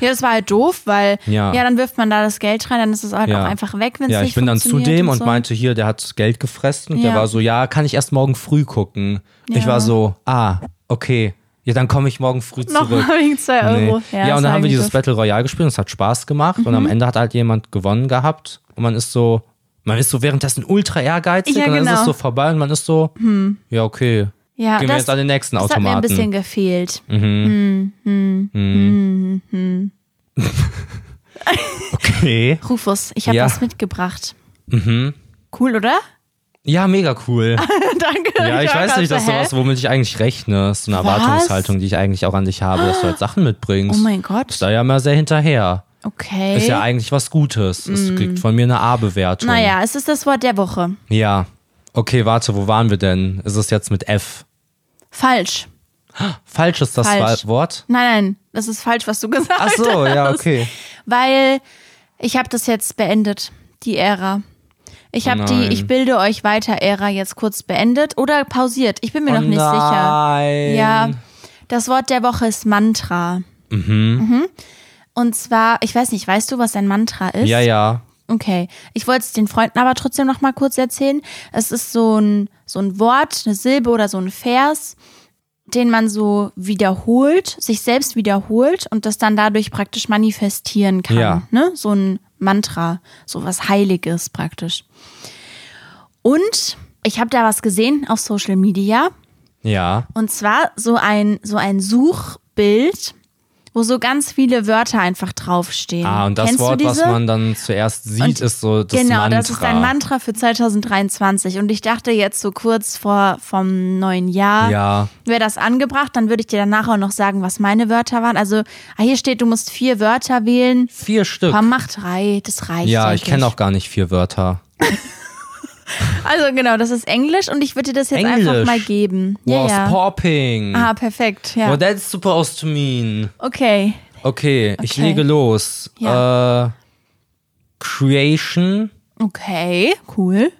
[SPEAKER 2] ja, das war halt doof, weil
[SPEAKER 1] Ja.
[SPEAKER 2] ja. dann wirft man da das Geld rein, dann ist es halt
[SPEAKER 1] Ja.
[SPEAKER 2] auch einfach weg, wenn es
[SPEAKER 1] ja,
[SPEAKER 2] nicht
[SPEAKER 1] ich bin dann zu
[SPEAKER 2] funktioniert
[SPEAKER 1] dem
[SPEAKER 2] und
[SPEAKER 1] und
[SPEAKER 2] so.
[SPEAKER 1] meinte, hier, der hat Geld gefressen. Und der
[SPEAKER 2] Ja.
[SPEAKER 1] war so, ja, kann ich erst morgen früh gucken. Ich
[SPEAKER 2] Ja.
[SPEAKER 1] war so, ah, okay. Ja, dann komme ich morgen früh zurück.
[SPEAKER 2] Nochmal wegen zwei
[SPEAKER 1] Nee.
[SPEAKER 2] Euro.
[SPEAKER 1] Ja, und dann
[SPEAKER 2] das war
[SPEAKER 1] haben wir
[SPEAKER 2] irgendwie
[SPEAKER 1] dieses
[SPEAKER 2] doof. Mhm.
[SPEAKER 1] Battle Royale gespielt und es hat Spaß gemacht. Und am Ende hat halt jemand gewonnen gehabt. Und man ist so, man ist so währenddessen ultra ehrgeizig
[SPEAKER 2] Ja,
[SPEAKER 1] und dann ist
[SPEAKER 2] genau.
[SPEAKER 1] es so vorbei und man ist so, ja, okay.
[SPEAKER 2] Ja,
[SPEAKER 1] Gehen wir
[SPEAKER 2] das,
[SPEAKER 1] jetzt an den nächsten
[SPEAKER 2] das hat mir ein
[SPEAKER 1] Automaten.
[SPEAKER 2] bisschen gefehlt.
[SPEAKER 1] okay.
[SPEAKER 2] Rufus, ich habe
[SPEAKER 1] Ja. Mhm.
[SPEAKER 2] was mitgebracht. Cool, oder? [laughs]
[SPEAKER 1] Ja, mega cool.
[SPEAKER 2] Danke.
[SPEAKER 1] Ja, ich
[SPEAKER 2] war
[SPEAKER 1] weiß
[SPEAKER 2] grad
[SPEAKER 1] nicht,
[SPEAKER 2] so,
[SPEAKER 1] das ist
[SPEAKER 2] hä?
[SPEAKER 1] sowas, womit ich eigentlich rechne. Das ist so eine
[SPEAKER 2] Was?
[SPEAKER 1] Erwartungshaltung, die ich eigentlich auch an dich habe, dass du
[SPEAKER 2] [gasps]
[SPEAKER 1] halt Sachen
[SPEAKER 2] Oh
[SPEAKER 1] mitbringst.
[SPEAKER 2] mein
[SPEAKER 1] Ist
[SPEAKER 2] Gott.
[SPEAKER 1] da ja mal sehr hinterher.
[SPEAKER 2] Okay.
[SPEAKER 1] Ist ja eigentlich was Gutes. Es kriegt von mir eine A-Bewertung.
[SPEAKER 2] Mm. naja, es ist das Wort der Woche.
[SPEAKER 1] Ja. Okay, warte, wo waren wir denn? Ist es jetzt mit F?
[SPEAKER 2] Falsch.
[SPEAKER 1] Falsch ist das
[SPEAKER 2] Falsch.
[SPEAKER 1] Wa- Wort?
[SPEAKER 2] Nein, nein, das ist falsch, was du [laughs] gesagt
[SPEAKER 1] Ach
[SPEAKER 2] hast.
[SPEAKER 1] so, ja, okay.
[SPEAKER 2] Weil ich habe das jetzt beendet, die Ära. Ich habe
[SPEAKER 1] Oh
[SPEAKER 2] die
[SPEAKER 1] nein.
[SPEAKER 2] Ich bilde euch weiter Ära jetzt kurz beendet oder pausiert. Ich bin mir noch nicht sicher.
[SPEAKER 1] Oh Nein.
[SPEAKER 2] Ja, das Wort der Woche ist Mantra. Mhm. Und zwar, ich weiß nicht, weißt du, was ein Mantra ist?
[SPEAKER 1] Ja, ja.
[SPEAKER 2] Okay, ich wollte es den Freunden aber trotzdem noch mal kurz erzählen. Es ist so ein, so ein Wort, eine Silbe oder so ein Vers, den man so wiederholt, sich selbst wiederholt und das dann dadurch praktisch manifestieren kann.
[SPEAKER 1] Ja.
[SPEAKER 2] Ne? So ein Mantra, so was Heiliges praktisch. Und ich habe da was gesehen auf Social Media
[SPEAKER 1] Ja.
[SPEAKER 2] und zwar so ein, so ein Suchbild, wo so ganz viele Wörter einfach draufstehen.
[SPEAKER 1] Ah, und das
[SPEAKER 2] Kennst
[SPEAKER 1] Wort,
[SPEAKER 2] du
[SPEAKER 1] was
[SPEAKER 2] diese?
[SPEAKER 1] man dann zuerst sieht,
[SPEAKER 2] Und-
[SPEAKER 1] ist so das
[SPEAKER 2] genau,
[SPEAKER 1] Mantra.
[SPEAKER 2] das ist ein Mantra für 2023. Und ich dachte jetzt so kurz vor vom neuen Jahr
[SPEAKER 1] Ja,
[SPEAKER 2] wäre das angebracht. Dann würde ich dir danach auch noch sagen, was meine Wörter waren. Also ah, hier steht, du musst vier Wörter wählen.
[SPEAKER 1] vier Stück.
[SPEAKER 2] Komm, mach drei. Das reicht.
[SPEAKER 1] ja,
[SPEAKER 2] denke
[SPEAKER 1] ich kenne auch gar nicht vier Wörter.
[SPEAKER 2] Also genau, das ist Englisch und ich würde dir das jetzt einfach
[SPEAKER 1] Englisch.
[SPEAKER 2] mal geben.
[SPEAKER 1] What's
[SPEAKER 2] ja, ja.
[SPEAKER 1] popping?
[SPEAKER 2] Ah, perfekt. Ja.
[SPEAKER 1] What Oh, that's supposed to mean?
[SPEAKER 2] Okay.
[SPEAKER 1] Okay, ich
[SPEAKER 2] Okay.
[SPEAKER 1] lege los. Äh, creation,
[SPEAKER 2] Okay, cool.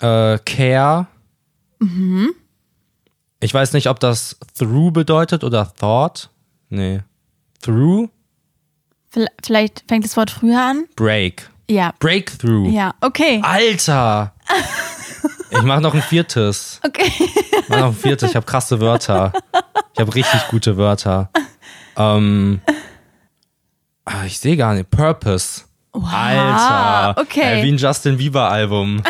[SPEAKER 1] äh, care.
[SPEAKER 2] Mhm.
[SPEAKER 1] Ich weiß nicht, ob das through bedeutet oder thought. Nee. Through,
[SPEAKER 2] Vel- Vielleicht fängt das Wort früher an.
[SPEAKER 1] break.
[SPEAKER 2] Ja.
[SPEAKER 1] Breakthrough.
[SPEAKER 2] Ja, okay. [laughs]
[SPEAKER 1] Alter! Ich mach noch ein viertes.
[SPEAKER 2] Okay. [laughs]
[SPEAKER 1] Ich mach noch ein viertes. Ich habe krasse Wörter. Ich habe richtig gute Wörter. Ähm, ah, ich sehe gar nicht. Purpose. Alter.
[SPEAKER 2] okay.
[SPEAKER 1] Äh, wie ein Justin Bieber-Album.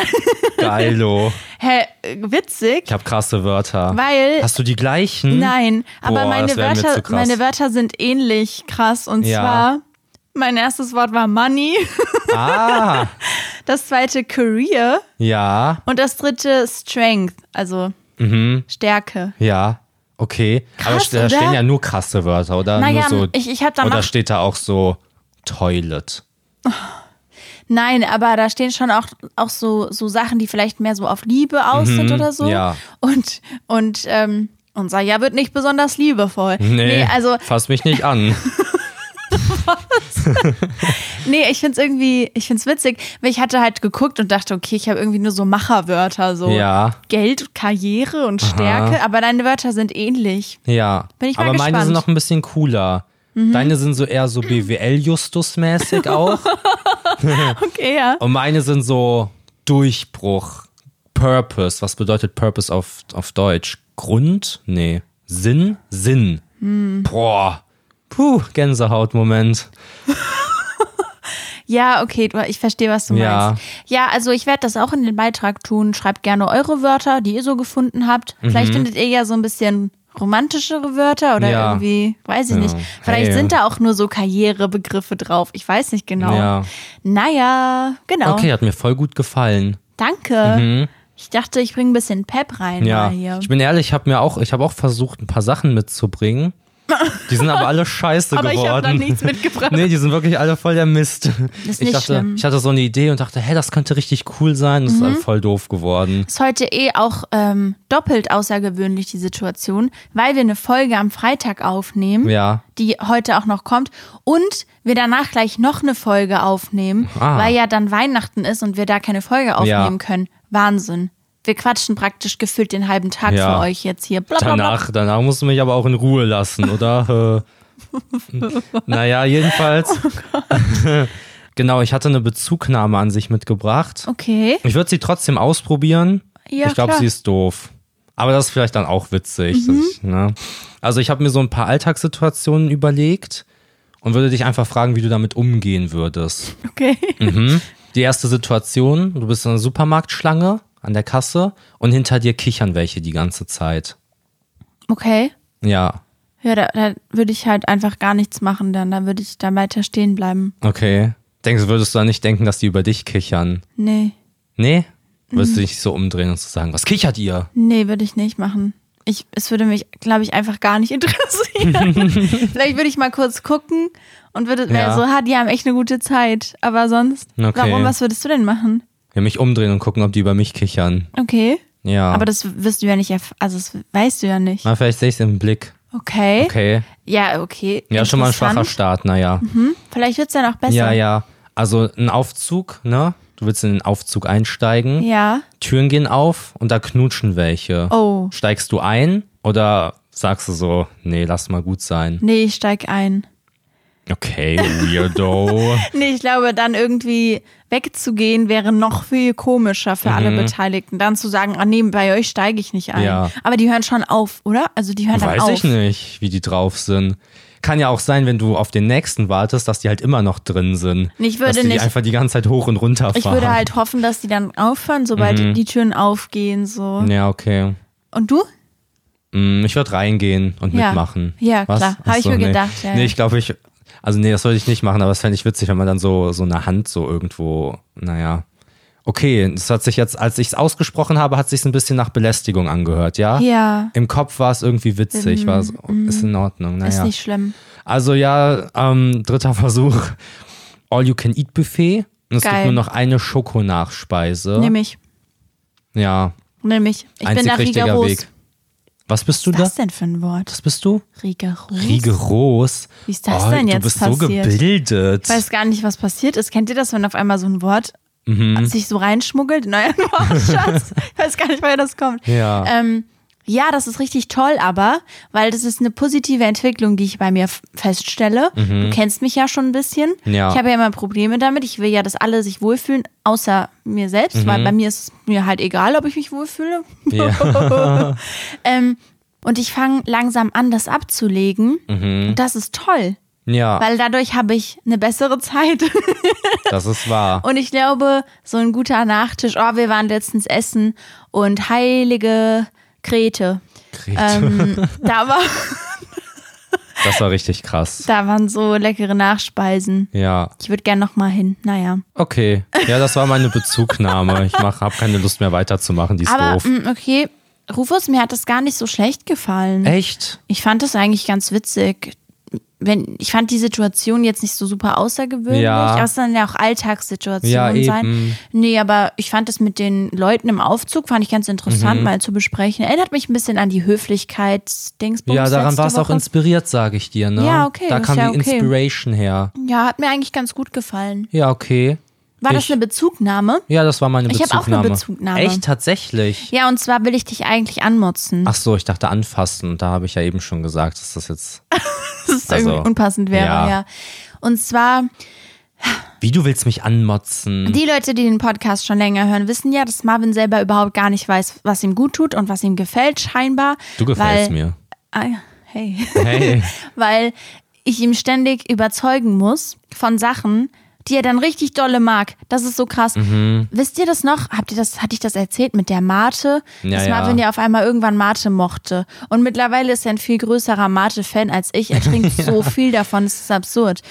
[SPEAKER 1] Geilo.
[SPEAKER 2] Hä, äh, witzig,
[SPEAKER 1] Ich habe krasse Wörter.
[SPEAKER 2] weil
[SPEAKER 1] Hast du die gleichen?
[SPEAKER 2] nein, aber
[SPEAKER 1] Hm? Boah,
[SPEAKER 2] meine
[SPEAKER 1] das wär mir zu
[SPEAKER 2] Wörter,
[SPEAKER 1] krass.
[SPEAKER 2] meine Wörter sind ähnlich krass und
[SPEAKER 1] Ja.
[SPEAKER 2] zwar mein erstes Wort war Money,
[SPEAKER 1] Ah,
[SPEAKER 2] [laughs] das zweite Career
[SPEAKER 1] ja,
[SPEAKER 2] und das dritte Strength, also
[SPEAKER 1] Mhm.
[SPEAKER 2] Stärke.
[SPEAKER 1] ja. Okay. Aber
[SPEAKER 2] Krass,
[SPEAKER 1] st- da
[SPEAKER 2] oder?
[SPEAKER 1] stehen ja nur krasse Wörter, oder?
[SPEAKER 2] Naja,
[SPEAKER 1] nur so,
[SPEAKER 2] ich, ich habe danach
[SPEAKER 1] oder steht da auch so Toilet?
[SPEAKER 2] Nein, aber da stehen schon auch, auch so, so Sachen, die vielleicht mehr so auf Liebe aus sind oder so.
[SPEAKER 1] Mhm, ja.
[SPEAKER 2] Und, und ähm, unser Jahr wird nicht besonders liebevoll.
[SPEAKER 1] Nee,
[SPEAKER 2] also,
[SPEAKER 1] fass mich nicht
[SPEAKER 2] [laughs]
[SPEAKER 1] an.
[SPEAKER 2] nee, ich find's irgendwie, ich find's witzig, weil ich hatte halt geguckt und dachte, okay, ich habe irgendwie nur so Macherwörter, so
[SPEAKER 1] Ja.
[SPEAKER 2] Geld, Karriere und Stärke, aber deine Wörter sind ähnlich.
[SPEAKER 1] Ja.
[SPEAKER 2] Bin ich mal
[SPEAKER 1] Aber meine
[SPEAKER 2] gespannt. Mhm.
[SPEAKER 1] sind noch ein bisschen cooler. Deine sind so eher so
[SPEAKER 2] [laughs]
[SPEAKER 1] BWL-Justus-mäßig auch.
[SPEAKER 2] Okay, ja.
[SPEAKER 1] Und meine sind so Durchbruch, Purpose. Was bedeutet Purpose auf, auf Deutsch? Grund? Nee. Sinn? Sinn.
[SPEAKER 2] Mhm.
[SPEAKER 1] Boah. Puh, Gänsehautmoment.
[SPEAKER 2] Ja, okay, du- ich verstehe, was du
[SPEAKER 1] Ja.
[SPEAKER 2] meinst. Ja, also ich werde das auch in den Beitrag tun. Schreibt gerne eure Wörter, die ihr so gefunden habt. Vielleicht findet ihr ja so ein bisschen romantischere Wörter oder
[SPEAKER 1] Mhm. Ja.
[SPEAKER 2] irgendwie, weiß ich nicht. Vielleicht
[SPEAKER 1] Hey.
[SPEAKER 2] sind da auch nur so Karrierebegriffe drauf. Ich weiß nicht genau.
[SPEAKER 1] Ja.
[SPEAKER 2] Naja, genau.
[SPEAKER 1] Okay, hat mir voll gut gefallen.
[SPEAKER 2] Danke. Ich dachte, ich bringe ein bisschen Pep rein
[SPEAKER 1] Mhm. Ja.
[SPEAKER 2] mal hier.
[SPEAKER 1] Ich bin ehrlich, ich habe mir auch, ich habe auch versucht, ein paar Sachen mitzubringen.
[SPEAKER 2] [laughs]
[SPEAKER 1] Die sind aber alle scheiße
[SPEAKER 2] Aber ich habe
[SPEAKER 1] geworden.
[SPEAKER 2] da nichts
[SPEAKER 1] [laughs]
[SPEAKER 2] mitgebracht.
[SPEAKER 1] Nee, die sind wirklich alle voll der Mist. ich,
[SPEAKER 2] Ist nicht
[SPEAKER 1] dachte,
[SPEAKER 2] schlimm. Mhm.
[SPEAKER 1] ich hatte so eine Idee und dachte, hä, das könnte richtig cool sein. Das ist dann voll doof geworden.
[SPEAKER 2] Ist heute eh auch ähm, doppelt außergewöhnlich, die Situation, weil wir eine Folge am Freitag aufnehmen.
[SPEAKER 1] Ja.
[SPEAKER 2] die heute auch noch kommt. Und wir danach gleich noch eine Folge aufnehmen,
[SPEAKER 1] Ah.
[SPEAKER 2] weil ja dann Weihnachten ist und wir da keine Folge aufnehmen
[SPEAKER 1] Ja.
[SPEAKER 2] können. Wahnsinn. Wir quatschen praktisch gefühlt den halben Tag
[SPEAKER 1] Ja.
[SPEAKER 2] für euch jetzt hier. Bla, bla, bla.
[SPEAKER 1] Danach, danach musst du mich aber auch in Ruhe lassen,
[SPEAKER 2] [laughs]
[SPEAKER 1] oder? Äh, naja, jedenfalls.
[SPEAKER 2] Oh
[SPEAKER 1] [laughs] genau, ich hatte eine Bezugnahme an sich mitgebracht.
[SPEAKER 2] Okay.
[SPEAKER 1] Ich würde sie trotzdem ausprobieren.
[SPEAKER 2] Ja,
[SPEAKER 1] ich glaube,
[SPEAKER 2] klar. Mhm.
[SPEAKER 1] sie ist doof. Aber das ist vielleicht dann auch witzig. dass Ich, ne? Also ich habe mir so ein paar Alltagssituationen überlegt und würde dich einfach fragen, wie du damit umgehen würdest.
[SPEAKER 2] Okay.
[SPEAKER 1] Mhm. Die erste Situation, du bist in einer Supermarktschlange an der Kasse und hinter dir kichern welche die ganze Zeit.
[SPEAKER 2] [laughs] Okay.
[SPEAKER 1] Ja,
[SPEAKER 2] Ja, da, da würde ich halt einfach gar nichts machen, dann da würde ich da weiter stehen bleiben.
[SPEAKER 1] okay. Denkst du, würdest du dann nicht denken, dass die über dich kichern?
[SPEAKER 2] Nee.
[SPEAKER 1] Nee? Würdest du
[SPEAKER 2] Mhm.
[SPEAKER 1] dich so umdrehen und so sagen, was kichert ihr?
[SPEAKER 2] Nee, würde ich nicht machen. Ich, es würde mich, glaube ich, einfach gar nicht [laughs] interessieren.
[SPEAKER 1] [laughs]
[SPEAKER 2] Vielleicht würde ich mal kurz gucken und würde wäre
[SPEAKER 1] Ja.
[SPEAKER 2] so, ha, die haben echt eine gute Zeit. Aber sonst,
[SPEAKER 1] Okay.
[SPEAKER 2] warum, was würdest du denn machen?
[SPEAKER 1] Ja, mich umdrehen und gucken, ob die über mich kichern.
[SPEAKER 2] Okay.
[SPEAKER 1] Ja.
[SPEAKER 2] Aber das wirst du ja nicht, erf also das weißt du ja nicht.
[SPEAKER 1] Na, vielleicht sehe ich es im Blick.
[SPEAKER 2] Okay.
[SPEAKER 1] Ah. Okay.
[SPEAKER 2] Ja, okay.
[SPEAKER 1] Ja, schon mal ein
[SPEAKER 2] Interessant.
[SPEAKER 1] schwacher Start, naja.
[SPEAKER 2] Vielleicht wird's dann auch besser.
[SPEAKER 1] Ja, ja. Also ein Aufzug, ne? Du willst in den Aufzug einsteigen.
[SPEAKER 2] Ja.
[SPEAKER 1] Türen gehen auf und da knutschen welche.
[SPEAKER 2] Oh.
[SPEAKER 1] Steigst du ein oder sagst du so, nee, lass mal gut sein?
[SPEAKER 2] Nee, ich steig ein.
[SPEAKER 1] Okay, weirdo.
[SPEAKER 2] Nee, ich glaube, dann irgendwie wegzugehen wäre noch viel komischer für alle Beteiligten. Dann zu sagen, ah nee, bei euch steige ich nicht ein.
[SPEAKER 1] Mhm. Ja.
[SPEAKER 2] Aber die hören schon auf, oder? Also die hören [laughs] dann
[SPEAKER 1] Weiß
[SPEAKER 2] auf.
[SPEAKER 1] ich nicht, wie die drauf sind. Kann ja auch sein, wenn du auf den nächsten wartest, dass die halt immer noch drin sind.
[SPEAKER 2] Nee, ich würde
[SPEAKER 1] dass die
[SPEAKER 2] nicht-
[SPEAKER 1] einfach die ganze Zeit hoch und runter fahren.
[SPEAKER 2] Ich würde halt hoffen, dass
[SPEAKER 1] Mhm.
[SPEAKER 2] die dann aufhören, sobald die Türen aufgehen. So.
[SPEAKER 1] Ja, okay.
[SPEAKER 2] Und du?
[SPEAKER 1] Mm, Ich würde reingehen und
[SPEAKER 2] Ja.
[SPEAKER 1] mitmachen.
[SPEAKER 2] Ja,
[SPEAKER 1] Was?
[SPEAKER 2] klar. Hab ich
[SPEAKER 1] Achso,
[SPEAKER 2] mir
[SPEAKER 1] nee.
[SPEAKER 2] gedacht, ja,
[SPEAKER 1] nee,
[SPEAKER 2] ja.
[SPEAKER 1] ich glaube, ich. Also, nee, das sollte ich nicht machen, aber das fände ich witzig, wenn man dann so, so eine Hand so irgendwo. Naja. Okay, das hat sich jetzt, als ich es ausgesprochen habe, hat sich ein bisschen nach Belästigung angehört, ja?
[SPEAKER 2] Ja. Mhm,
[SPEAKER 1] Im Kopf war es irgendwie witzig, war so, ist in Ordnung, naja.
[SPEAKER 2] Ist nicht schlimm.
[SPEAKER 1] Also ja, ähm, dritter [laughs] Versuch. All-You-Can-Eat-Buffet. Und es
[SPEAKER 2] Geil.
[SPEAKER 1] gibt nur noch eine Schokonachspeise.
[SPEAKER 2] Nehm ich.
[SPEAKER 1] Ja,
[SPEAKER 2] Nehm ich. Ich bin da
[SPEAKER 1] einzig richtiger
[SPEAKER 2] rigoros.
[SPEAKER 1] Weg. Was bist du
[SPEAKER 2] Was
[SPEAKER 1] da?
[SPEAKER 2] ist das denn für ein Wort?
[SPEAKER 1] Was bist du?
[SPEAKER 2] Rigoros?
[SPEAKER 1] Rigoros.
[SPEAKER 2] Wie ist das
[SPEAKER 1] oh,
[SPEAKER 2] denn
[SPEAKER 1] Du
[SPEAKER 2] jetzt
[SPEAKER 1] bist so
[SPEAKER 2] passiert?
[SPEAKER 1] gebildet.
[SPEAKER 2] Ich weiß gar nicht, was passiert ist. Kennt ihr das, wenn auf einmal so ein Wort
[SPEAKER 1] Mhm.
[SPEAKER 2] sich so reinschmuggelt in euren [laughs] Wortschatz? ich weiß gar nicht, woher das kommt.
[SPEAKER 1] Ja.
[SPEAKER 2] Ähm, ja, das ist richtig toll, aber, weil das ist eine positive Entwicklung, die ich bei mir f- feststelle. Du kennst mich ja schon ein bisschen.
[SPEAKER 1] Ja.
[SPEAKER 2] Ich habe ja immer Probleme damit. Ich will ja, dass alle sich wohlfühlen, außer mir selbst, weil bei mir ist es mir halt egal, ob ich mich wohlfühle. [laughs] ähm, und ich fange langsam an, das abzulegen. Und das ist toll.
[SPEAKER 1] ja,
[SPEAKER 2] Weil dadurch habe ich eine bessere [laughs] Zeit.
[SPEAKER 1] das ist wahr.
[SPEAKER 2] Und ich glaube, so ein guter Nachtisch, oh, wir waren letztens essen und heilige Krete.
[SPEAKER 1] Grete,
[SPEAKER 2] Ähm, da, war,
[SPEAKER 1] das war richtig krass.
[SPEAKER 2] da waren so leckere Nachspeisen.
[SPEAKER 1] Ja,
[SPEAKER 2] Ich würde gern noch mal hin. Naja.
[SPEAKER 1] okay. Ja, das war meine Bezugnahme. Ich mach, habe keine Lust mehr weiterzumachen, die ist
[SPEAKER 2] Aber
[SPEAKER 1] doof.
[SPEAKER 2] mm, okay, Rufus, mir hat das gar nicht so schlecht gefallen.
[SPEAKER 1] Echt?
[SPEAKER 2] Ich fand das eigentlich ganz witzig. Wenn, ich fand die Situation jetzt nicht so super außergewöhnlich,
[SPEAKER 1] Ja.
[SPEAKER 2] aber es dann ja auch Alltagssituationen
[SPEAKER 1] Ja,
[SPEAKER 2] sein.
[SPEAKER 1] eben.
[SPEAKER 2] Nee, aber ich fand das mit den Leuten im Aufzug, fand ich ganz interessant,
[SPEAKER 1] Mhm.
[SPEAKER 2] mal zu besprechen. Erinnert mich ein bisschen an die Höflichkeitsdingsbums.
[SPEAKER 1] Ja, daran
[SPEAKER 2] letzte
[SPEAKER 1] war es auch
[SPEAKER 2] Woche.
[SPEAKER 1] inspiriert, sage ich dir. Ne?
[SPEAKER 2] Ja, okay,
[SPEAKER 1] Da
[SPEAKER 2] ist
[SPEAKER 1] kam
[SPEAKER 2] ja
[SPEAKER 1] die
[SPEAKER 2] okay.
[SPEAKER 1] Inspiration her.
[SPEAKER 2] Ja, hat mir eigentlich ganz gut gefallen.
[SPEAKER 1] Ja, okay.
[SPEAKER 2] War das
[SPEAKER 1] Ich-
[SPEAKER 2] eine Bezugnahme?
[SPEAKER 1] Ja, das war meine
[SPEAKER 2] Ich hab auch
[SPEAKER 1] Bezugnahme.
[SPEAKER 2] eine Bezugnahme.
[SPEAKER 1] Echt, tatsächlich?
[SPEAKER 2] Ja, und zwar will ich dich eigentlich anmotzen.
[SPEAKER 1] Ach so, ich dachte anfassen. Und da habe ich ja eben schon gesagt, dass das jetzt...
[SPEAKER 2] dass es
[SPEAKER 1] also,
[SPEAKER 2] irgendwie unpassend wäre, ja.
[SPEAKER 1] ja. Hm.
[SPEAKER 2] Und zwar,
[SPEAKER 1] Wie, du willst mich anmotzen?
[SPEAKER 2] die Leute, die den Podcast schon länger hören, wissen ja, dass Marvin selber überhaupt gar nicht weiß, was ihm gut tut und was ihm gefällt, scheinbar.
[SPEAKER 1] Du gefällst
[SPEAKER 2] weil,
[SPEAKER 1] mir.
[SPEAKER 2] Ah, hey.
[SPEAKER 1] Hey.
[SPEAKER 2] [laughs] weil ich ihm ständig überzeugen muss von Sachen, die er dann richtig dolle mag. Das ist so krass.
[SPEAKER 1] Mhm.
[SPEAKER 2] Wisst ihr das noch? Habt ihr das, hatte ich das erzählt mit der Mate?
[SPEAKER 1] Ja,
[SPEAKER 2] dass
[SPEAKER 1] ja.
[SPEAKER 2] Marvin ja auf einmal irgendwann Mate mochte. Und mittlerweile ist er ein viel größerer Mate-Fan als ich. Er
[SPEAKER 1] [laughs]
[SPEAKER 2] trinkt so viel davon, es ist absurd.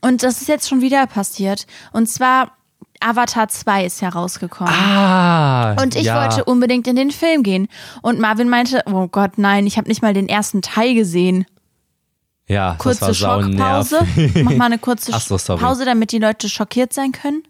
[SPEAKER 2] Und das ist jetzt schon wieder passiert. Und zwar Avatar 2 ist herausgekommen.
[SPEAKER 1] Ah,
[SPEAKER 2] Und ich
[SPEAKER 1] ja.
[SPEAKER 2] wollte unbedingt in den Film gehen. Und Marvin meinte, oh Gott, nein, ich habe nicht mal den ersten Teil gesehen.
[SPEAKER 1] Ja,
[SPEAKER 2] Kurze
[SPEAKER 1] das war
[SPEAKER 2] Schockpause.
[SPEAKER 1] saunervig.
[SPEAKER 2] Mach mal eine kurze
[SPEAKER 1] Ach so, sorry.
[SPEAKER 2] Pause, damit die Leute schockiert sein können.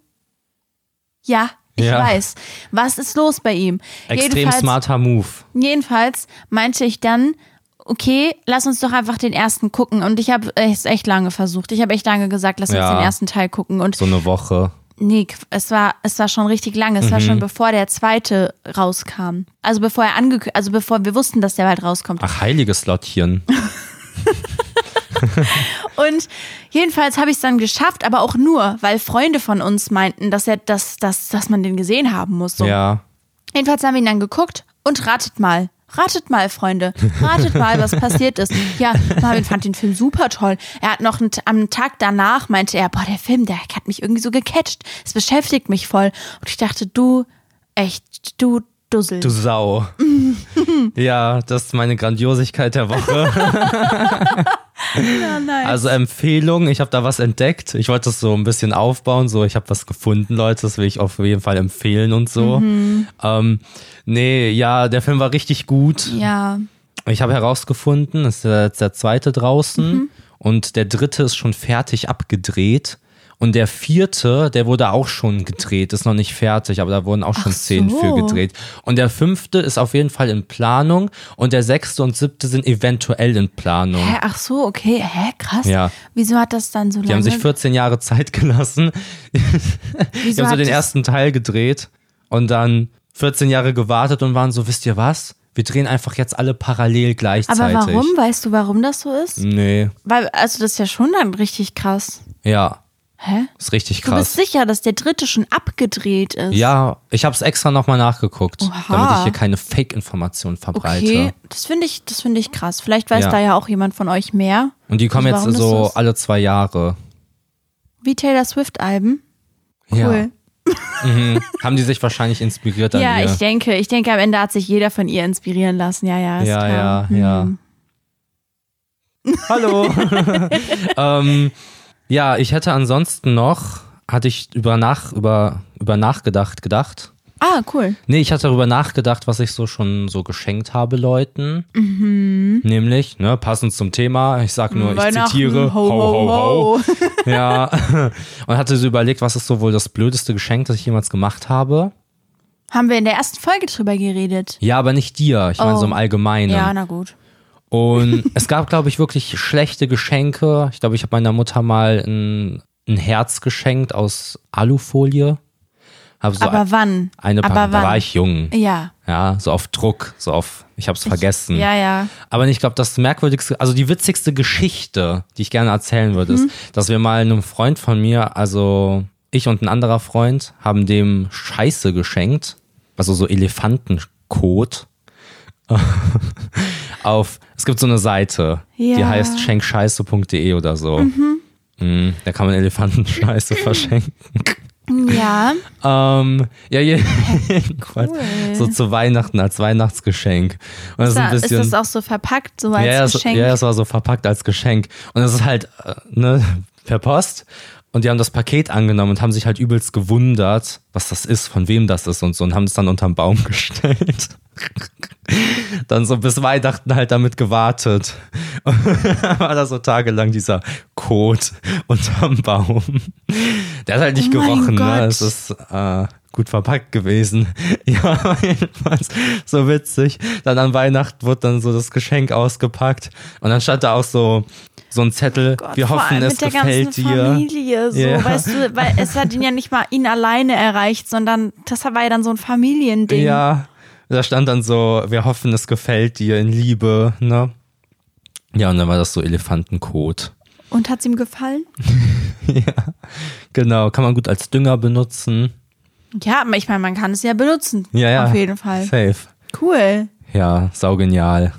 [SPEAKER 2] Ja, ich
[SPEAKER 1] Ja.
[SPEAKER 2] weiß. Was ist los bei ihm?
[SPEAKER 1] Extrem
[SPEAKER 2] jedenfalls,
[SPEAKER 1] smarter Move.
[SPEAKER 2] jedenfalls meinte ich dann, okay, lass uns doch einfach den ersten gucken. Und ich habe es echt lange versucht. Ich habe echt lange gesagt, lass uns
[SPEAKER 1] Ja.
[SPEAKER 2] den ersten Teil gucken. Und
[SPEAKER 1] So eine Woche.
[SPEAKER 2] Nee, Qu- es war, es war schon richtig lange. Es war schon bevor der zweite rauskam. Also bevor er angekündigt, also bevor wir wussten, dass der bald rauskommt.
[SPEAKER 1] Ach, heiliges
[SPEAKER 2] [laughs]
[SPEAKER 1] Lottchen.
[SPEAKER 2] Und jedenfalls habe ich es dann geschafft, aber auch nur, weil Freunde von uns meinten, dass er, dass, dass, dass man den gesehen haben muss. So.
[SPEAKER 1] Ja.
[SPEAKER 2] Jedenfalls haben wir ihn dann geguckt und ratet mal. Ratet mal, Freunde. Ratet mal, was passiert ist. Ja, Marvin fand den Film super toll. Er hat noch einen, T- am Tag danach meinte er, boah, der Film, der hat mich irgendwie so gecatcht. Es beschäftigt mich voll. Und ich dachte, du, echt, du Dussel.
[SPEAKER 1] Du Sau. [laughs] ja, das ist meine Grandiosigkeit der
[SPEAKER 2] [laughs]
[SPEAKER 1] Woche. [laughs] Also Empfehlung, ich habe da was entdeckt. Ich wollte es so ein bisschen aufbauen, so ich habe was gefunden, Leute, das will ich auf jeden Fall empfehlen und so.
[SPEAKER 2] Mhm.
[SPEAKER 1] Ähm, nee, ja, der Film war richtig gut.
[SPEAKER 2] ja,
[SPEAKER 1] Ich habe herausgefunden, es ist jetzt der zweite draußen
[SPEAKER 2] Mhm.
[SPEAKER 1] und der dritte ist schon fertig abgedreht. Und der vierte, der wurde auch schon gedreht, ist noch nicht fertig, aber da wurden auch schon
[SPEAKER 2] Ach
[SPEAKER 1] Szenen
[SPEAKER 2] so.
[SPEAKER 1] für gedreht. Und der fünfte ist auf jeden Fall in Planung und der sechste und siebte sind eventuell in Planung.
[SPEAKER 2] hä, ach so, okay, hä, krass.
[SPEAKER 1] Ja.
[SPEAKER 2] Wieso hat das dann so
[SPEAKER 1] Die haben
[SPEAKER 2] lange?
[SPEAKER 1] sich 14 Jahre Zeit gelassen. Die
[SPEAKER 2] wieso
[SPEAKER 1] haben so
[SPEAKER 2] hat
[SPEAKER 1] den
[SPEAKER 2] das-
[SPEAKER 1] ersten Teil gedreht und dann 14 Jahre gewartet und waren so, wisst ihr was? Wir drehen einfach jetzt alle parallel gleichzeitig.
[SPEAKER 2] Aber warum? Weißt du, warum das so
[SPEAKER 1] Hm.
[SPEAKER 2] ist?
[SPEAKER 1] Nee.
[SPEAKER 2] Weil, also das ist ja schon dann richtig krass.
[SPEAKER 1] Ja,
[SPEAKER 2] Hä?
[SPEAKER 1] ist richtig
[SPEAKER 2] Du
[SPEAKER 1] krass.
[SPEAKER 2] bist sicher, dass der dritte schon abgedreht ist?
[SPEAKER 1] Ja, ich habe es extra nochmal nachgeguckt,
[SPEAKER 2] Oha.
[SPEAKER 1] damit ich hier keine Fake-Informationen verbreite.
[SPEAKER 2] Okay, das finde ich, das finde ich krass. Vielleicht weiß
[SPEAKER 1] Ja.
[SPEAKER 2] da ja auch jemand von euch mehr.
[SPEAKER 1] Und die kommen
[SPEAKER 2] Also
[SPEAKER 1] jetzt
[SPEAKER 2] warum das
[SPEAKER 1] so
[SPEAKER 2] ist?
[SPEAKER 1] alle zwei Jahre.
[SPEAKER 2] Wie Taylor Swift Alben.
[SPEAKER 1] Ja. Mhm.
[SPEAKER 2] Cool.
[SPEAKER 1] Haben die sich wahrscheinlich inspiriert an
[SPEAKER 2] ja,
[SPEAKER 1] ihr.
[SPEAKER 2] ich denke, ich denke, am Ende hat sich jeder von ihr inspirieren lassen. Ja, ja, ist
[SPEAKER 1] ja,
[SPEAKER 2] klar. Hm.
[SPEAKER 1] ja, ja. [laughs] Hallo. [laughs] ähm, ja, ich hätte ansonsten noch, hatte ich über nach, über, über nachgedacht gedacht.
[SPEAKER 2] Ah, cool.
[SPEAKER 1] Nee, ich hatte darüber nachgedacht, was ich so schon so geschenkt habe Leuten. Nämlich, ne, passend zum Thema, ich sag nur, ich
[SPEAKER 2] Mhm. Weihnachten,
[SPEAKER 1] zitiere,
[SPEAKER 2] ho, ho, ho.
[SPEAKER 1] Ja, [laughs] und hatte so überlegt, was ist so wohl das blödeste Geschenk, das ich jemals gemacht habe.
[SPEAKER 2] Haben wir in der ersten Folge drüber geredet?
[SPEAKER 1] Ja, aber nicht dir, ich meine
[SPEAKER 2] Oh.
[SPEAKER 1] so im Allgemeinen.
[SPEAKER 2] Ja, na gut.
[SPEAKER 1] Und
[SPEAKER 2] [laughs]
[SPEAKER 1] es gab, glaube ich, wirklich schlechte Geschenke. Ich glaube, ich habe meiner Mutter mal ein, ein Herz geschenkt aus Alufolie. Hab so
[SPEAKER 2] Aber
[SPEAKER 1] ein-
[SPEAKER 2] wann?
[SPEAKER 1] eine
[SPEAKER 2] Aber
[SPEAKER 1] Packung, da
[SPEAKER 2] wann?
[SPEAKER 1] war ich jung.
[SPEAKER 2] Ja.
[SPEAKER 1] Ja, so auf Druck, so auf, ich hab's vergessen.
[SPEAKER 2] Ja, ja.
[SPEAKER 1] Aber ich glaube, das merkwürdigste, also die witzigste Geschichte, die ich gerne erzählen würde, ist, dass wir mal einem Freund von mir, also ich und ein anderer Freund, haben dem Scheiße geschenkt, also so Elefantenkot. [laughs] auf, es gibt so eine Seite, die
[SPEAKER 2] Ja.
[SPEAKER 1] heißt schenkscheiße.de oder so. Mhm, da kann man [laughs] Elefantenscheiße verschenken.
[SPEAKER 2] Ja.
[SPEAKER 1] Ähm, ja, [laughs] je- jedenfalls so zu Weihnachten als Weihnachtsgeschenk. Und das ist, ein
[SPEAKER 2] Da ist
[SPEAKER 1] bisschen,
[SPEAKER 2] das auch so verpackt, so als
[SPEAKER 1] ja, das,
[SPEAKER 2] Geschenk?
[SPEAKER 1] Ja, das war so verpackt als Geschenk. Und das ist halt äh, ne, per Post. Und die haben das Paket angenommen und haben sich halt übelst gewundert, was das ist, von wem das ist und so. Und haben es dann unterm Baum [laughs] gestellt. dann so bis Weihnachten halt damit gewartet. [laughs] war da so tagelang dieser Kot unterm Baum. Der hat halt nicht
[SPEAKER 2] Oh mein
[SPEAKER 1] gerochen, ne?
[SPEAKER 2] Gott.
[SPEAKER 1] Es ist äh, gut verpackt gewesen. [laughs] Ja, jedenfalls so witzig. Dann an Weihnachten wurde dann so das Geschenk ausgepackt und dann stand da auch so so ein Zettel.
[SPEAKER 2] Oh Gott,
[SPEAKER 1] Wir
[SPEAKER 2] vor
[SPEAKER 1] hoffen,
[SPEAKER 2] allem
[SPEAKER 1] es
[SPEAKER 2] mit der
[SPEAKER 1] gefällt
[SPEAKER 2] ganzen
[SPEAKER 1] dir.
[SPEAKER 2] Familie, so,
[SPEAKER 1] Ja.
[SPEAKER 2] weißt du, weil es hat ihn ja nicht mal ihn alleine erreicht, sondern das war ja dann so ein Familiending.
[SPEAKER 1] Ja, da stand dann so, wir hoffen, es gefällt dir in Liebe, ne? Ja, und dann war das so Elefantenkot.
[SPEAKER 2] Und hat's ihm gefallen?
[SPEAKER 1] Genau, kann man gut als Dünger benutzen.
[SPEAKER 2] Ja, aber ich meine, man kann es ja benutzen.
[SPEAKER 1] Ja, ja.
[SPEAKER 2] Auf jeden Fall.
[SPEAKER 1] Safe.
[SPEAKER 2] Cool.
[SPEAKER 1] Ja, saugenial.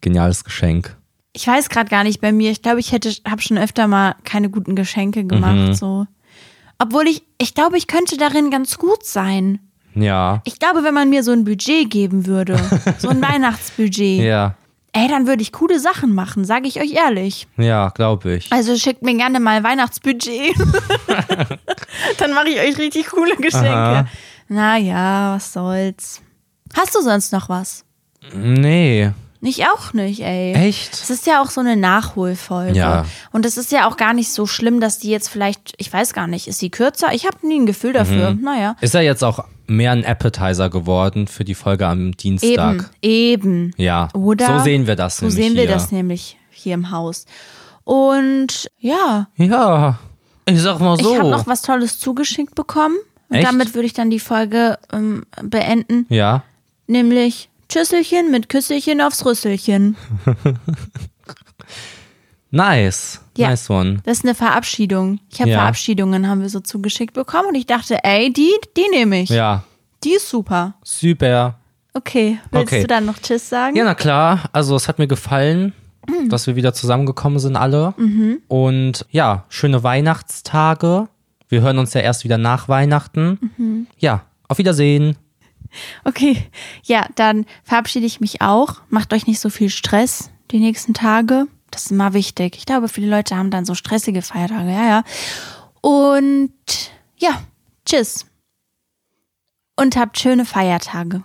[SPEAKER 1] Geniales Geschenk.
[SPEAKER 2] Ich weiß gerade gar nicht bei mir. Ich glaube, ich hätte, habe schon öfter mal keine guten Geschenke gemacht,
[SPEAKER 1] Mhm.
[SPEAKER 2] so. Obwohl ich, ich glaube, ich könnte darin ganz gut sein.
[SPEAKER 1] Ja.
[SPEAKER 2] Ich glaube, wenn man mir so ein Budget geben würde,
[SPEAKER 1] [laughs]
[SPEAKER 2] so ein Weihnachtsbudget,
[SPEAKER 1] Ja.
[SPEAKER 2] ey, dann würde ich coole Sachen machen, sage ich euch ehrlich.
[SPEAKER 1] Ja, glaube ich.
[SPEAKER 2] Also schickt mir gerne mal
[SPEAKER 1] [laughs]
[SPEAKER 2] Weihnachtsbudget. Dann mache ich euch richtig coole Geschenke.
[SPEAKER 1] Aha.
[SPEAKER 2] Naja, was soll's. Hast du sonst noch was?
[SPEAKER 1] Nee.
[SPEAKER 2] Nicht auch nicht, ey.
[SPEAKER 1] Echt?
[SPEAKER 2] Es ist ja auch so eine Nachholfolge.
[SPEAKER 1] Ja.
[SPEAKER 2] Und es ist ja auch gar nicht so schlimm, dass die jetzt vielleicht, ich weiß gar nicht, ist sie kürzer? Ich habe nie ein Gefühl dafür.
[SPEAKER 1] Mhm.
[SPEAKER 2] Naja.
[SPEAKER 1] Ist er jetzt auch mehr ein Appetizer geworden für die Folge am Dienstag?
[SPEAKER 2] Eben, eben.
[SPEAKER 1] Ja. So
[SPEAKER 2] Oder?
[SPEAKER 1] sehen wir das
[SPEAKER 2] So
[SPEAKER 1] nämlich
[SPEAKER 2] sehen wir
[SPEAKER 1] hier.
[SPEAKER 2] das nämlich hier im Haus. Und ja,
[SPEAKER 1] Ja. Ich sag mal so.
[SPEAKER 2] ich habe noch was Tolles zugeschickt bekommen. Und
[SPEAKER 1] Echt?
[SPEAKER 2] damit würde ich dann die Folge ähm, beenden.
[SPEAKER 1] ja.
[SPEAKER 2] Nämlich Tschüsselchen mit Küsselchen aufs Rüsselchen.
[SPEAKER 1] Nice.
[SPEAKER 2] Ja.
[SPEAKER 1] Nice one.
[SPEAKER 2] Das ist eine Verabschiedung. Ich habe
[SPEAKER 1] Ja.
[SPEAKER 2] Verabschiedungen, haben wir so zugeschickt bekommen. Und ich dachte, ey, die, die nehme ich.
[SPEAKER 1] Ja.
[SPEAKER 2] Die ist super.
[SPEAKER 1] Super.
[SPEAKER 2] Okay, willst
[SPEAKER 1] Okay.
[SPEAKER 2] du dann noch Tschüss sagen?
[SPEAKER 1] Ja, na klar. Also es hat mir gefallen, dass wir wieder zusammengekommen sind alle. Und ja, schöne Weihnachtstage. Wir hören uns ja erst wieder nach Weihnachten. Ja, auf Wiedersehen.
[SPEAKER 2] Okay, ja, dann verabschiede ich mich auch. Macht euch nicht so viel Stress die nächsten Tage. Das ist immer wichtig. Ich glaube, viele Leute haben dann so stressige Feiertage. Ja, ja. Und ja, tschüss. Und habt schöne Feiertage.